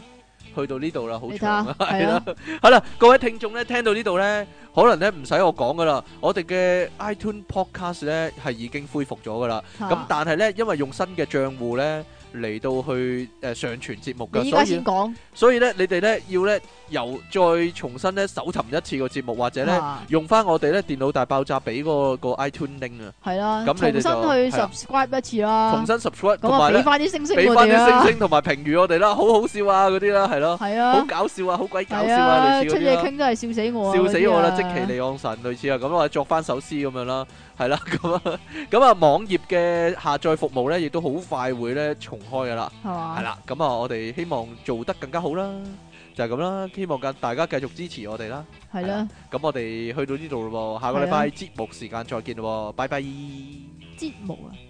去到呢度啦，好
你睇
長啊
下，係 啊，
好啦，各位聽眾呢，聽到呢度呢，可能呢唔使我講噶啦，我哋嘅 iTune Podcast 呢係已經恢復咗噶啦，咁
啊
但係呢，因為用新嘅帳户呢，嚟到去誒、呃上傳節目㗎，
你依家
所以
先講，
所以咧你哋咧要咧由再重新咧搜尋一次個節目，或者咧、
啊
用翻我哋咧電腦大爆炸俾嗰個、個 iTune link 啊，
係啦，
咁
重
你哋
新
就係
去
啦
subscribe 一次啦
重，新 subscribe
咁
同
啊
埋
俾
咧
翻啲星星
俾
我
翻
哋
啲
啦
星，星同埋評語我哋啦，好好笑啊嗰啲啦，係咯，
係
好
啊，
搞笑啊，好鬼搞
係
笑啊，
啊，
類
出
似嗰啲
嘢
啦。
傾都係笑死我啊，
笑死我啦！
嗰
即
啲啊
其離岸神類似啊，咁我作翻首詩咁樣啦，係啦， 咁啊，咁啊，網頁嘅下載服務咧，亦都好快會咧重開噶啦，
係嘛
係，啦，咁啊，我哋希望做得更加好啦，就係咁啦，希望大大家繼續支持我哋啦，
係
係啦
啦，
咁我哋去到呢度咯喎，下個禮拜節目時間再見咯喎，拜拜。
節目啊。